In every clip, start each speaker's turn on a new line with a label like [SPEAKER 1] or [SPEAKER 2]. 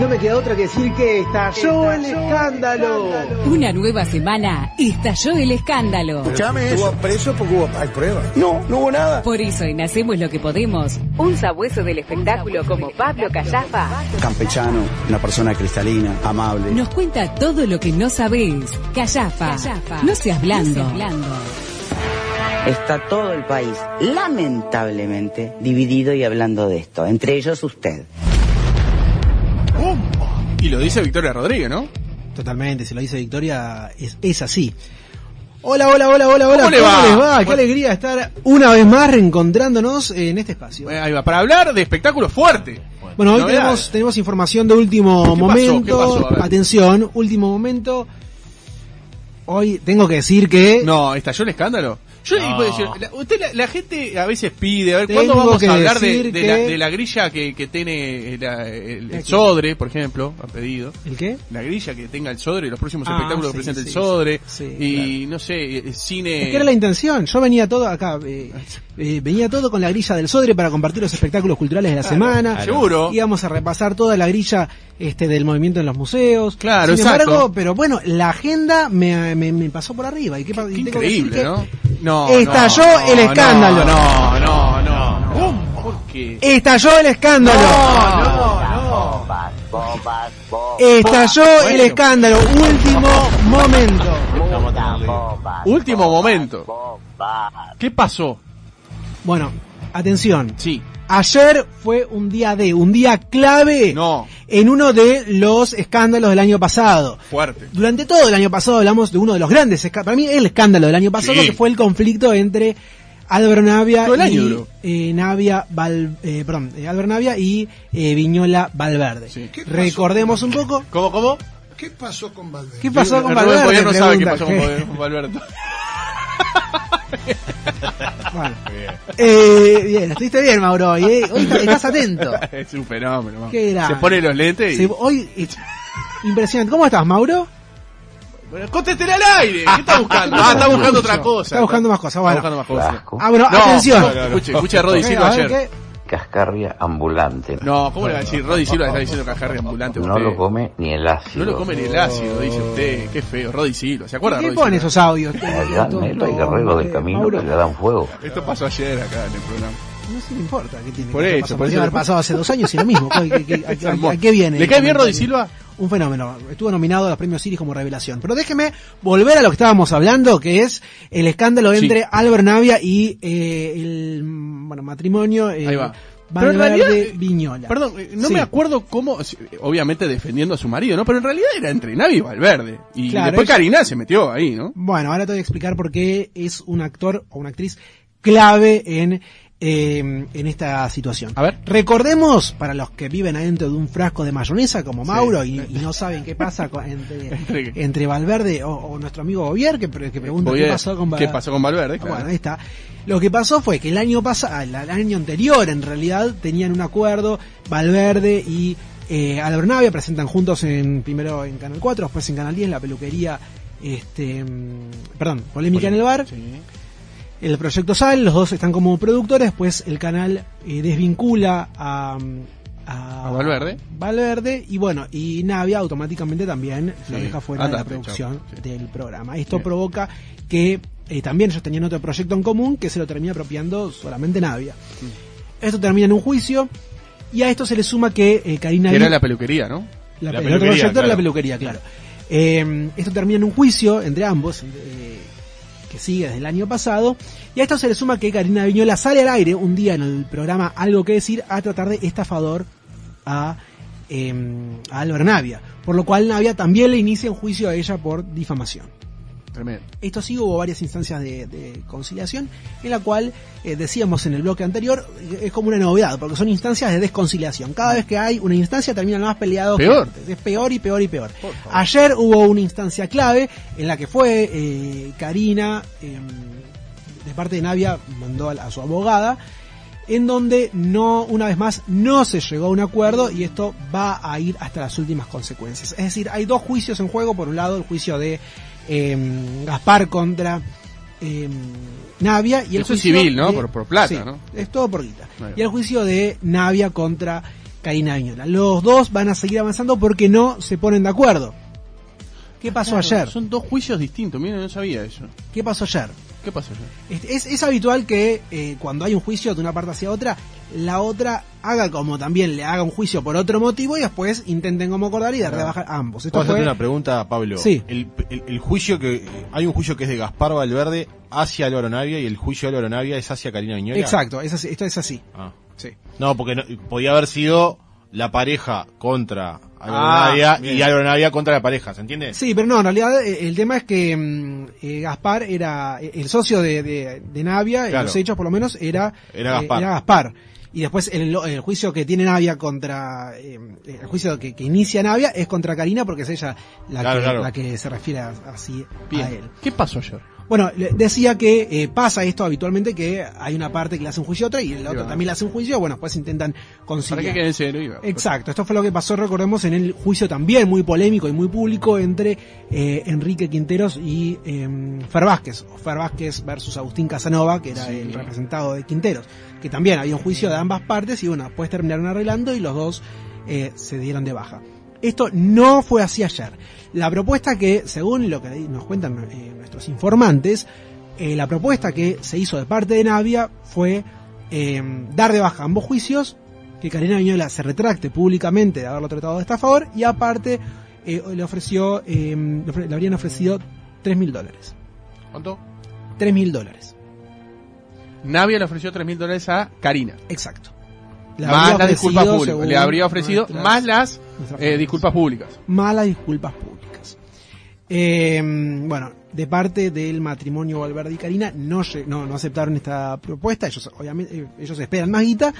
[SPEAKER 1] no me queda otra que decir que estalló, el, escándalo.
[SPEAKER 2] Una nueva semana estalló el escándalo.
[SPEAKER 3] Escuchame
[SPEAKER 4] Estuvo
[SPEAKER 3] eso.
[SPEAKER 4] preso porque hubo, hay pruebas.
[SPEAKER 3] No, no hubo nada.
[SPEAKER 2] Por eso en Hacemos lo que podemos, un sabueso del espectáculo como Pablo Callafa
[SPEAKER 5] Campechano, una persona cristalina, amable.
[SPEAKER 2] nos cuenta todo lo que no sabés. Callafa, no seas blando.
[SPEAKER 6] Está todo el país, lamentablemente, dividido y hablando de esto, entre ellos usted.
[SPEAKER 7] Y lo dice Victoria Rodríguez, ¿no?
[SPEAKER 1] Totalmente, si lo dice Victoria, es, es así. Hola, hola, hola, hola, hola.
[SPEAKER 7] le va?
[SPEAKER 1] les va? Qué
[SPEAKER 7] Bueno.
[SPEAKER 1] alegría estar una vez más reencontrándonos en este espacio.
[SPEAKER 7] Eh, Ahí va, para hablar de espectáculos fuertes.
[SPEAKER 1] Bueno, hoy
[SPEAKER 7] Novedades.
[SPEAKER 1] tenemos, tenemos información de último
[SPEAKER 7] pasó?
[SPEAKER 1] momento.
[SPEAKER 7] ¿Qué pasó? A ver.
[SPEAKER 1] Atención, último momento. Hoy tengo que decir que
[SPEAKER 7] No, estalló el escándalo. Yo le
[SPEAKER 1] No.
[SPEAKER 7] puedo decir, la, usted, la, la gente a veces pide, a ver,
[SPEAKER 1] Tengo
[SPEAKER 7] ¿cuándo vamos
[SPEAKER 1] que
[SPEAKER 7] a hablar de,
[SPEAKER 1] decir
[SPEAKER 7] de la,
[SPEAKER 1] que-
[SPEAKER 7] de la grilla que, que tiene eh, la- el, el
[SPEAKER 1] Aquí.
[SPEAKER 7] Sodre, por ejemplo, ha pedido?
[SPEAKER 1] ¿El qué?
[SPEAKER 7] La grilla que tenga el Sodre, los próximos
[SPEAKER 1] Ah,
[SPEAKER 7] espectáculos
[SPEAKER 1] sí,
[SPEAKER 7] que presenta el
[SPEAKER 1] sí,
[SPEAKER 7] Sodre,
[SPEAKER 1] sí,
[SPEAKER 7] y no sé, eh, cine...
[SPEAKER 1] Es que era la intención. Yo venía todo acá, eh, eh, venía todo con la grilla del Sodre para compartir los espectáculos culturales de la semana.
[SPEAKER 7] claro. Seguro.
[SPEAKER 1] Íbamos a repasar toda la grilla este del movimiento en los museos.
[SPEAKER 7] Claro,
[SPEAKER 1] Sin
[SPEAKER 7] exacto.
[SPEAKER 1] embargo, pero bueno, la agenda me, me- me pasó por arriba. Y, qué, pa-
[SPEAKER 7] Qué
[SPEAKER 1] y tengo que decir
[SPEAKER 7] increíble,
[SPEAKER 1] que
[SPEAKER 7] ¿no? No,
[SPEAKER 1] Estalló
[SPEAKER 7] no,
[SPEAKER 1] el
[SPEAKER 7] no,
[SPEAKER 1] escándalo.
[SPEAKER 7] No, no, no, no. ¿Por qué?
[SPEAKER 1] Estalló el escándalo.
[SPEAKER 6] Bombas, bombas, bombas,
[SPEAKER 1] Estalló el
[SPEAKER 7] Bueno.
[SPEAKER 1] escándalo. Último momento.
[SPEAKER 6] bombas,
[SPEAKER 7] Último momento.
[SPEAKER 6] bombas.
[SPEAKER 7] ¿Qué pasó?
[SPEAKER 1] Bueno, atención.
[SPEAKER 7] Sí.
[SPEAKER 1] Ayer fue un día de, un día clave
[SPEAKER 7] No.
[SPEAKER 1] en uno de los escándalos del año pasado.
[SPEAKER 7] Fuerte.
[SPEAKER 1] Durante todo el año pasado hablamos de uno de los grandes escándalos. Para mí, el escándalo del año pasado
[SPEAKER 7] Sí.
[SPEAKER 1] que fue el conflicto entre Álvaro Navia
[SPEAKER 7] Todo el año
[SPEAKER 1] y
[SPEAKER 7] duró.
[SPEAKER 1] eh, Navia Val- eh, perdón, eh, Álvaro Navia y eh, Viñola Valverde.
[SPEAKER 7] Sí.
[SPEAKER 4] ¿Qué pasó?
[SPEAKER 1] Recordemos un poco
[SPEAKER 7] ¿Cómo, cómo?
[SPEAKER 4] ¿Qué pasó con Valdés?
[SPEAKER 1] qué pasó con
[SPEAKER 7] Rubén
[SPEAKER 1] Valverde.
[SPEAKER 7] Poder no sabe qué
[SPEAKER 1] pregunta.
[SPEAKER 7] pasó con Poder- con Valverde.
[SPEAKER 1] Bueno. Eh, bien, estuviste bien, Mauro. hoy, eh. Hoy estás- estás atento.
[SPEAKER 7] es un fenómeno. man.
[SPEAKER 1] Qué grande.
[SPEAKER 7] Se pone los lentes y...
[SPEAKER 1] Sí, hoy, es- impresionante. ¿Cómo estás, Mauro?
[SPEAKER 7] Bueno, contéstele al aire. ¿Qué está buscando? Ah, está buscando otra cosa.
[SPEAKER 1] Está buscando más cosas, bueno.
[SPEAKER 7] Está buscando más cosas.
[SPEAKER 1] Ah, bueno, atención.
[SPEAKER 7] no, no, no. Escuche, escuche a Roddy
[SPEAKER 1] Ok,
[SPEAKER 7] Silva
[SPEAKER 1] a ver
[SPEAKER 7] ayer.
[SPEAKER 1] qué-
[SPEAKER 8] Cascarria ambulante.
[SPEAKER 7] No, ¿cómo le va a decir? Roddy Silva está diciendo cajarre ambulante.
[SPEAKER 8] No
[SPEAKER 7] usted.
[SPEAKER 8] lo come ni el ácido.
[SPEAKER 7] No lo come ni el ácido, dice usted. Qué feo. Roddy Silva. ¿Se acuerda
[SPEAKER 1] ¿Por
[SPEAKER 7] de
[SPEAKER 1] ¿Qué
[SPEAKER 7] Roddy
[SPEAKER 1] pone
[SPEAKER 7] Silva?
[SPEAKER 1] esos audios?
[SPEAKER 8] Allá en Melo hay guerreros del camino
[SPEAKER 1] Mauro,
[SPEAKER 8] que le dan fuego.
[SPEAKER 7] Esto pasó ayer acá en el programa.
[SPEAKER 1] No se le importa qué tiene.
[SPEAKER 7] Por
[SPEAKER 1] que
[SPEAKER 7] eso,
[SPEAKER 1] pasar.
[SPEAKER 7] por
[SPEAKER 1] Podría
[SPEAKER 7] eso.
[SPEAKER 1] haber pasado hace dos años y lo mismo. ¿Qué- qué- qué- a-
[SPEAKER 7] Es
[SPEAKER 1] a,
[SPEAKER 7] hermoso.
[SPEAKER 1] a qué viene?
[SPEAKER 7] ¿Le cae bien Roddy Silva?
[SPEAKER 1] Un fenómeno. Estuvo nominado a los premios Iris como revelación. Pero déjeme volver a lo que estábamos hablando, que es el escándalo
[SPEAKER 7] Sí.
[SPEAKER 1] entre Álvaro Navia y eh, el mm, bueno, matrimonio eh,
[SPEAKER 7] Ahí va.
[SPEAKER 1] Valverde
[SPEAKER 7] realidad-
[SPEAKER 1] Viñola.
[SPEAKER 7] Perdón, eh, no
[SPEAKER 1] Sí.
[SPEAKER 7] me acuerdo cómo, obviamente defendiendo a su marido, ¿no? Pero en realidad era entre Navi y Valverde. Y
[SPEAKER 1] Claro,
[SPEAKER 7] después
[SPEAKER 1] ella-
[SPEAKER 7] Karina se metió ahí, ¿no?
[SPEAKER 1] Bueno, ahora te voy a explicar por qué es un actor o una actriz clave en, eh, en esta situación.
[SPEAKER 7] A ver.
[SPEAKER 1] Recordemos, para los que viven adentro de un frasco de mayonesa como Mauro y, y no saben qué pasa con- entre,
[SPEAKER 7] Entre-
[SPEAKER 1] entre Valverde o, o nuestro amigo Bovier, que, pre- que pregunta
[SPEAKER 7] Voy a-
[SPEAKER 1] qué pasó con Valverde.
[SPEAKER 7] ¿Qué pasó con Valverde?
[SPEAKER 1] Ah,
[SPEAKER 7] Claro.
[SPEAKER 1] Bueno, ahí está. Lo que pasó fue que el año pasado, el año anterior en realidad, tenían un acuerdo, Valverde y eh, Álvaro Navia presentan juntos en primero en Canal 4, después en Canal 10, la peluquería, este, mm, perdón, Polémica en el Bar. El proyecto sale, los dos están como productores, pues el canal eh, desvincula a... mm,
[SPEAKER 7] A Valverde.
[SPEAKER 1] Valverde y bueno, y Navia automáticamente también lo
[SPEAKER 7] Sí.
[SPEAKER 1] deja fuera de la
[SPEAKER 7] Andate, chao.
[SPEAKER 1] producción
[SPEAKER 7] Sí.
[SPEAKER 1] del programa. Esto
[SPEAKER 7] Bien.
[SPEAKER 1] provoca que eh, también ellos tenían otro proyecto en común que se lo termina apropiando solamente Navia.
[SPEAKER 7] Mm.
[SPEAKER 1] Esto termina en un juicio y a esto se le suma que eh, Karina
[SPEAKER 7] Que era
[SPEAKER 1] Vi-
[SPEAKER 7] la peluquería, ¿no?
[SPEAKER 1] la,
[SPEAKER 7] La
[SPEAKER 1] el
[SPEAKER 7] peluquería,
[SPEAKER 1] otro proyecto era
[SPEAKER 7] claro.
[SPEAKER 1] la peluquería, claro. Eh, esto termina en un juicio entre ambos, eh, que sigue desde el año pasado. Y a esto se le suma que Karina Viñola sale al aire un día en el programa Algo que decir a tratar de estafador a, eh, a Álvaro Navia. Por lo cual Navia también le inicia un juicio a ella por difamación.
[SPEAKER 7] Tremendo.
[SPEAKER 1] Esto sí hubo varias instancias de, de conciliación, en la cual eh, decíamos en el bloque anterior, eh, es como una novedad, porque son instancias de desconciliación. Cada vez que hay una instancia terminan más peleados. que
[SPEAKER 7] Peor.
[SPEAKER 1] antes. Es peor y peor y peor. Ayer hubo una instancia clave en la que fue eh, Karina, eh, de parte de Navia, mandó a, la- a su abogada, en donde no, una vez más, no se llegó a un acuerdo y esto va a ir hasta las últimas consecuencias. Es decir, hay dos juicios en juego. Por un lado, el juicio de em, Gaspar contra em, Navia y el
[SPEAKER 7] Eso es
[SPEAKER 1] juicio
[SPEAKER 7] civil, ¿no?
[SPEAKER 1] de-
[SPEAKER 7] Por- por plata,
[SPEAKER 1] Sí,
[SPEAKER 7] ¿no?
[SPEAKER 1] Es todo por guita.
[SPEAKER 7] Ahí va.
[SPEAKER 1] Y el juicio de Navia contra Karina Viñola. Los dos van a seguir avanzando porque no se ponen de acuerdo. ¿Qué pasó
[SPEAKER 7] Ah, Claro,
[SPEAKER 1] ayer?
[SPEAKER 7] Son dos juicios distintos, miren, no sabía eso.
[SPEAKER 1] ¿Qué pasó ayer?
[SPEAKER 7] ¿Qué pasó ayer?
[SPEAKER 1] Este, Es, es habitual que eh, cuando hay un juicio de una parte hacia otra, la otra haga como también le haga un juicio por otro motivo y después intenten como acordar y dar de baja a ambos. Esto
[SPEAKER 3] Puedo hacerte
[SPEAKER 1] fue-
[SPEAKER 3] una pregunta, Pablo.
[SPEAKER 1] Sí.
[SPEAKER 3] El, el- el juicio que eh, hay un juicio que es de Gaspar Valverde hacia Álvaro Navia y el juicio de Álvaro Navia es hacia Karina Viñola.
[SPEAKER 1] Exacto, es así, esto es así.
[SPEAKER 3] Ah.
[SPEAKER 1] Sí.
[SPEAKER 3] No, porque no- podía haber sido la pareja contra Álvaro
[SPEAKER 7] Ah,
[SPEAKER 3] Navia
[SPEAKER 7] bien.
[SPEAKER 3] y Álvaro Navia contra la pareja, ¿se entiende?
[SPEAKER 1] Sí, pero no, en realidad eh, el tema es que mm, eh, Gaspar era eh, el socio de, de- de Navia, en
[SPEAKER 3] Claro.
[SPEAKER 1] los hechos por lo menos, era,
[SPEAKER 3] Era Gaspar.
[SPEAKER 1] Gaspar. Y después el, el juicio que tiene Navia contra. eh, el juicio que, que inicia Navia es contra Karina porque es ella la,
[SPEAKER 3] Claro,
[SPEAKER 1] que,
[SPEAKER 3] claro.
[SPEAKER 1] la que se refiere a- así a él.
[SPEAKER 7] Bien. ¿Qué pasó ayer?
[SPEAKER 1] Bueno, le- decía que eh, pasa esto habitualmente que hay una parte que le hace un juicio a otra y la otra
[SPEAKER 7] va.
[SPEAKER 1] también le hace un juicio, bueno, pues intentan
[SPEAKER 7] ¿Para qué
[SPEAKER 1] conseguir.
[SPEAKER 7] queden cero? Iba.
[SPEAKER 1] Exacto, esto fue lo que pasó, recordemos, en el juicio también muy polémico y muy público entre eh, Enrique Quinteros y eh, Fer Vázquez, o Fer Vázquez versus Agustín Casanova, que era
[SPEAKER 7] Sí.
[SPEAKER 1] el representado de Quinteros, que también había un juicio de ambas partes y bueno, después terminaron arreglando y los dos eh, se dieron de baja. Esto no fue así ayer. La propuesta que, según lo que nos cuentan eh, nuestros informantes, eh, la propuesta que se hizo de parte de Navia fue eh, dar de baja ambos juicios, que Karina Viñola se retracte públicamente de haberlo tratado de estafador y aparte eh, le ofreció, eh, le, ofre- le habrían ofrecido 3 mil dólares.
[SPEAKER 7] ¿Cuánto?
[SPEAKER 1] 3 mil dólares,
[SPEAKER 7] Navia le ofreció 3 mil dólares a Karina.
[SPEAKER 1] exacto.
[SPEAKER 7] más
[SPEAKER 1] habría
[SPEAKER 7] las disculpas
[SPEAKER 1] ofrecido,
[SPEAKER 7] públicas.
[SPEAKER 1] según
[SPEAKER 7] Le habría ofrecido
[SPEAKER 1] nuestras-
[SPEAKER 7] más las
[SPEAKER 1] nuestras
[SPEAKER 7] eh, disculpas públicas.
[SPEAKER 1] malas disculpas públicas. Eh, bueno, de parte del matrimonio Valverde y Karina no, lle- no, no aceptaron esta propuesta, ellos obviamente eh, ellos esperan más guita,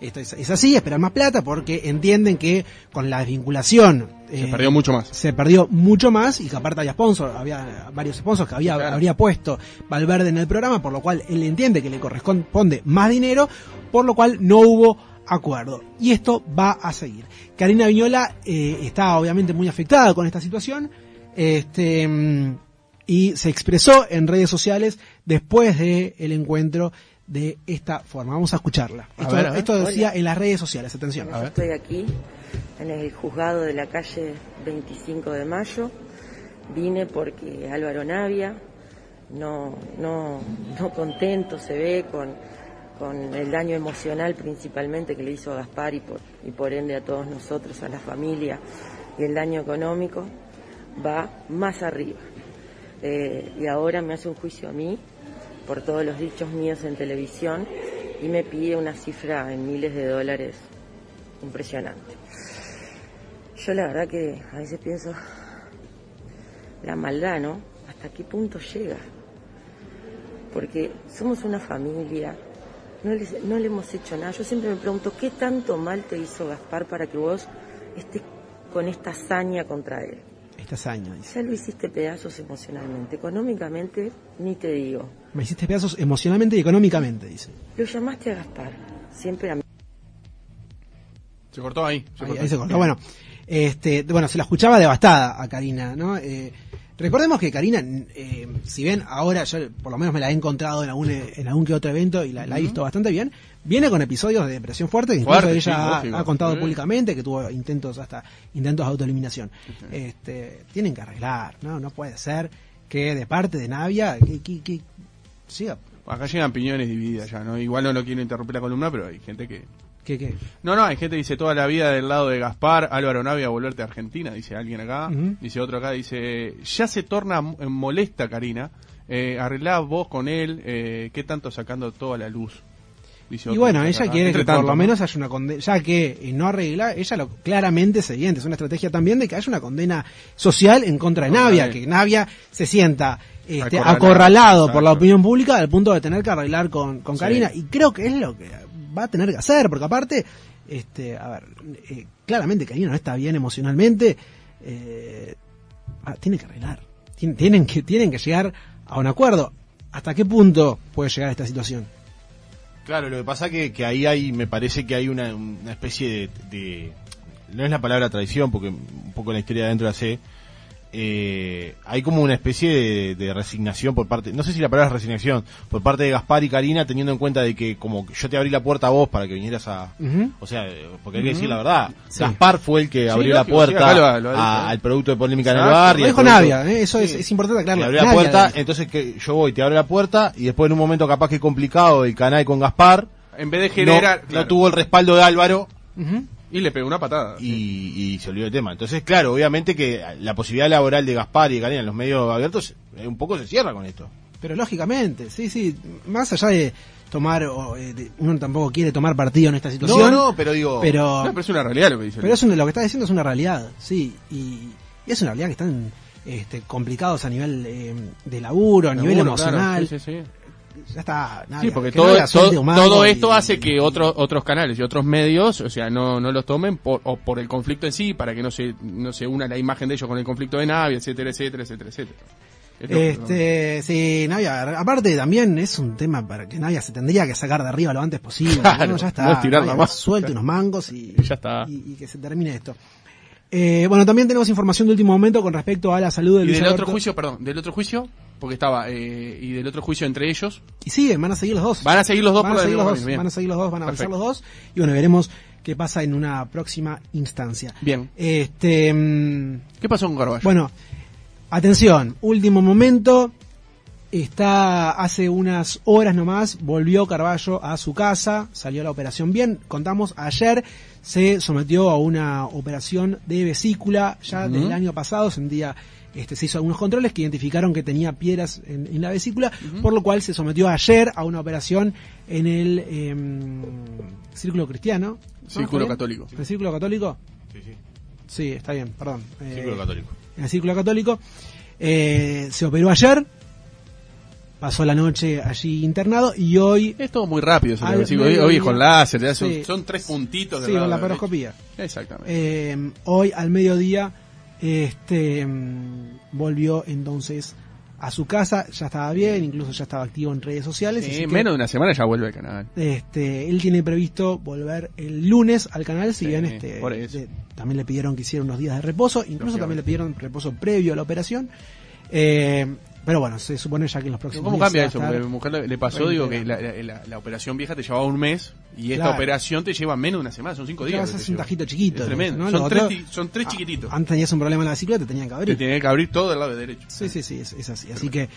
[SPEAKER 1] esto es, es así, esperan más plata porque entienden que con la desvinculación
[SPEAKER 7] Se
[SPEAKER 1] eh,
[SPEAKER 7] perdió mucho más.
[SPEAKER 1] se perdió mucho más y que aparte había sponsors, había varios sponsors que había,
[SPEAKER 7] Claro.
[SPEAKER 1] habría puesto Valverde en el programa, por lo cual él entiende que le corresponde más dinero, por lo cual no hubo acuerdo. Y esto va a seguir. Karina Viñola eh, está obviamente muy afectada con esta situación. Este. mm, y se expresó en redes sociales después del el encuentro de esta forma. Vamos a escucharla.
[SPEAKER 7] A
[SPEAKER 1] esto
[SPEAKER 7] ver, a ver.
[SPEAKER 1] esto decía en las redes sociales. Atención.
[SPEAKER 9] Yo Estoy aquí en el juzgado de la calle 25 de mayo. Vine porque Álvaro Navia, no, no, no contento se ve con, con el daño emocional principalmente que le hizo a Gaspar y por, y por ende a todos nosotros, a la familia, y el daño económico, va más arriba. Eh, y ahora me hace un juicio a mí por todos los dichos míos en televisión y me pide una cifra en miles de dólares impresionante. Yo la verdad que a veces pienso la maldad, ¿no? ¿Hasta qué punto llega? Porque somos una familia, no, les- no le hemos hecho nada. Yo siempre me pregunto, ¿qué tanto mal te hizo Gaspar para que vos estés con esta hazaña contra él?
[SPEAKER 1] Esta hazaña, Este dice.
[SPEAKER 9] Ya lo hiciste pedazos emocionalmente, económicamente ni te digo.
[SPEAKER 1] Me hiciste pedazos emocionalmente y económicamente, dice.
[SPEAKER 9] Lo llamaste a Gaspar, siempre a mí.
[SPEAKER 7] Se cortó ahí. se
[SPEAKER 1] Ahí,
[SPEAKER 7] cortó.
[SPEAKER 1] ahí se cortó. Bueno, este, bueno, se la escuchaba devastada a Karina, ¿no? Eh, recordemos que Karina, eh, si bien ahora yo por lo menos me la he encontrado en algún, en algún que otro evento y la, la he visto bastante bien, viene con episodios de depresión fuerte, que incluso
[SPEAKER 7] Fuerte, sí,
[SPEAKER 1] ella
[SPEAKER 7] lógico.
[SPEAKER 1] ha, ha contado
[SPEAKER 7] Sí.
[SPEAKER 1] públicamente que tuvo intentos hasta intentos de autoeliminación. Este, tienen que arreglar, ¿no? No puede ser que de parte de Navia, que, que, que siga,
[SPEAKER 7] Acá llegan opiniones divididas ya, ¿no? Igual no lo quiero interrumpir la columna, pero hay gente que...
[SPEAKER 1] que, que.
[SPEAKER 7] No, no, hay gente que dice toda la vida del lado de Gaspar, Álvaro Navia, volverte a Argentina, dice alguien acá.
[SPEAKER 1] Ujú.
[SPEAKER 7] Dice otro acá, dice, ya se torna mo- eh, molesta Karina, eh, arreglá vos con él, eh, qué tanto sacando toda la luz. Dice
[SPEAKER 1] Y
[SPEAKER 7] otro
[SPEAKER 1] bueno,
[SPEAKER 7] acá.
[SPEAKER 1] ella quiere
[SPEAKER 7] Entre
[SPEAKER 1] que por
[SPEAKER 7] tanto,
[SPEAKER 1] lo
[SPEAKER 7] ¿no?
[SPEAKER 1] menos haya una condena, ya que eh, no arregla, ella lo claramente se diente, es una estrategia también de que haya una condena social en contra de
[SPEAKER 7] Contra
[SPEAKER 1] Navia,
[SPEAKER 7] él.
[SPEAKER 1] que Navia se sienta este,
[SPEAKER 7] Acorralado,
[SPEAKER 1] acorralado, por la
[SPEAKER 7] exacto.
[SPEAKER 1] opinión pública al punto de tener que arreglar con, con
[SPEAKER 7] Sí.
[SPEAKER 1] Karina, y creo que es lo que va a tener que hacer, porque aparte, este, a ver, eh, claramente Karina no está bien emocionalmente, eh, ah, tiene que arreglar, Tien- tienen que, tienen que llegar a un acuerdo. ¿Hasta qué punto puede llegar esta situación?
[SPEAKER 3] Claro, lo que pasa que, que ahí hay, me parece que hay una, una especie de, de- no es la palabra traición, porque un poco la historia de adentro la sé, eh, hay como una especie de, de resignación por parte, no sé si la palabra es resignación, por parte de Gaspar y Karina, teniendo en cuenta de que como que yo te abrí la puerta a vos para que vinieras a...
[SPEAKER 1] Ujú.
[SPEAKER 3] O sea, eh, porque hay que decir la verdad,
[SPEAKER 1] Sí.
[SPEAKER 3] Gaspar fue el que abrió la
[SPEAKER 7] lógico, sí,
[SPEAKER 3] puerta
[SPEAKER 7] acá lo- lo ha dicho,
[SPEAKER 3] a-
[SPEAKER 7] ¿eh?
[SPEAKER 3] al producto de Polémica en el
[SPEAKER 7] Exacto.
[SPEAKER 3] Barrio.
[SPEAKER 1] Lo Ah, dijo Navia, eh, eso es, es importante
[SPEAKER 3] Le
[SPEAKER 1] aclararlo.
[SPEAKER 3] abrí la
[SPEAKER 1] Navia
[SPEAKER 3] puerta,
[SPEAKER 1] lo dijo.
[SPEAKER 3] entonces que yo voy, te abro la puerta y después en un momento capaz que complicado el canal con Gaspar,
[SPEAKER 7] En vez de
[SPEAKER 3] no,
[SPEAKER 7] generar.
[SPEAKER 3] no
[SPEAKER 7] claro.
[SPEAKER 3] tuvo el respaldo de Álvaro
[SPEAKER 1] Ujú.
[SPEAKER 7] Y le pegó una patada.
[SPEAKER 3] y, y se olvidó el tema. Entonces, claro, obviamente que la posibilidad laboral de Gaspar y de Canela en los medios abiertos eh, un poco se cierra con esto.
[SPEAKER 1] Pero lógicamente, sí, sí, más allá de tomar, o, eh, de- uno tampoco quiere tomar partido en esta situación.
[SPEAKER 3] no, pero digo-
[SPEAKER 1] Pero,
[SPEAKER 7] No, pero es una realidad lo que dice.
[SPEAKER 1] pero es un- lo que está diciendo es una realidad, sí, y, y es una realidad que están este, complicados a nivel eh, de laburo, a nivel
[SPEAKER 7] Seguro, claro,
[SPEAKER 1] emocional.
[SPEAKER 7] sí, sí, sí.
[SPEAKER 1] Ya está, Navia,
[SPEAKER 7] Sí, porque
[SPEAKER 1] que no
[SPEAKER 7] todo,
[SPEAKER 1] Ah, la suelte
[SPEAKER 7] todo,
[SPEAKER 1] Humano
[SPEAKER 7] todo
[SPEAKER 1] y-
[SPEAKER 7] esto hace
[SPEAKER 1] y-
[SPEAKER 7] que otros otros canales y otros medios, o sea, no, no los tomen por, o por el conflicto en sí, para que no se, no se una la imagen de ellos con el conflicto de Navia, etcétera, etcétera, etcétera, etcétera. Es lo-
[SPEAKER 1] Este, sí, Navia, aparte también es un tema para que Navia se tendría que sacar de arriba lo antes posible.
[SPEAKER 7] Claro,
[SPEAKER 1] ¿no? Ya está.
[SPEAKER 7] no estirarla
[SPEAKER 1] Navia,
[SPEAKER 7] más.
[SPEAKER 1] Suelte unos mangos y,
[SPEAKER 7] Ya está.
[SPEAKER 1] y, y que se termine esto. Eh, bueno, también tenemos información de último momento con respecto a la salud de
[SPEAKER 7] Y
[SPEAKER 1] Luis
[SPEAKER 7] del otro
[SPEAKER 1] Alberto.
[SPEAKER 7] juicio, perdón, del otro juicio, porque estaba, eh, y del otro juicio entre ellos,
[SPEAKER 1] Y siguen, van a seguir los dos.
[SPEAKER 7] Van a seguir los dos
[SPEAKER 1] Van a
[SPEAKER 7] por la
[SPEAKER 1] seguir los
[SPEAKER 7] misma
[SPEAKER 1] dos,
[SPEAKER 7] línea, bien.
[SPEAKER 1] van a seguir los dos, van a avanzar
[SPEAKER 7] Perfecto.
[SPEAKER 1] los dos. Y bueno, veremos qué pasa en una próxima instancia.
[SPEAKER 7] Bien.
[SPEAKER 1] Este, mm,
[SPEAKER 7] ¿qué pasó con Carballo?
[SPEAKER 1] Bueno, atención, último momento. Está hace unas horas nomás, volvió Carballo a su casa, salió la operación bien. Contamos, ayer se sometió a una operación de vesícula, ya
[SPEAKER 7] Ujú.
[SPEAKER 1] del año pasado, sentía, este, se hizo algunos controles que identificaron que tenía piedras en, en la vesícula, por lo cual se sometió ayer a una operación en el em, Círculo Cristiano. ¿no?
[SPEAKER 7] Círculo
[SPEAKER 1] ¿Está bien?
[SPEAKER 7] Católico.
[SPEAKER 1] ¿En el Círculo Católico?
[SPEAKER 3] Sí, sí.
[SPEAKER 1] Sí, está bien, perdón. Eh,
[SPEAKER 3] Círculo católico.
[SPEAKER 1] en el Círculo Católico. Eh, se operó ayer, pasó la noche allí internal y hoy
[SPEAKER 7] es todo muy rápido, eso
[SPEAKER 1] Al
[SPEAKER 7] lo que digo. hoy,
[SPEAKER 1] mediodía.
[SPEAKER 7] hoy es con láser, ya son,
[SPEAKER 1] Sí.
[SPEAKER 7] son tres puntitos de
[SPEAKER 1] sí,
[SPEAKER 7] lado
[SPEAKER 1] con la
[SPEAKER 7] derecho.
[SPEAKER 1] paroscopía.
[SPEAKER 7] Exactamente.
[SPEAKER 1] Eh, hoy al mediodía este, mm, volvió entonces a su casa, ya estaba bien, incluso ya estaba activo en redes sociales.
[SPEAKER 7] Sí,
[SPEAKER 1] así que,
[SPEAKER 7] Eh, menos de una semana ya vuelve al canal.
[SPEAKER 1] este, él tiene previsto volver el lunes al canal, si
[SPEAKER 7] Sí,
[SPEAKER 1] bien este,
[SPEAKER 7] por eso.
[SPEAKER 1] de- también le pidieron que hiciera unos días de reposo, incluso también le pidieron reposo previo a la operación. Eh, pero bueno, se supone ya que en los próximos
[SPEAKER 7] ¿Cómo
[SPEAKER 1] días
[SPEAKER 7] cambia
[SPEAKER 1] va a
[SPEAKER 7] eso?
[SPEAKER 1] estar-
[SPEAKER 7] Porque a mi mujer le, le pasó, digo, que la, la- la- la operación vieja te llevaba un mes y esta
[SPEAKER 1] Claro.
[SPEAKER 7] operación te lleva menos de una semana, son cinco
[SPEAKER 1] Claro,
[SPEAKER 7] días.
[SPEAKER 1] ese
[SPEAKER 7] que te
[SPEAKER 1] es un
[SPEAKER 7] lleva.
[SPEAKER 1] tajito chiquito.
[SPEAKER 7] Es tremendo.
[SPEAKER 1] ¿no?
[SPEAKER 7] Son,
[SPEAKER 1] Los
[SPEAKER 7] tres,
[SPEAKER 1] otros-
[SPEAKER 7] ti- son tres
[SPEAKER 1] Ah,
[SPEAKER 7] chiquitos.
[SPEAKER 1] antes tenías un problema en la vesícula, te tenían que
[SPEAKER 7] Te
[SPEAKER 1] abrir.
[SPEAKER 7] tiene que abrir todo el lado derecho.
[SPEAKER 1] Sí, sí, sí, es, es así. Así que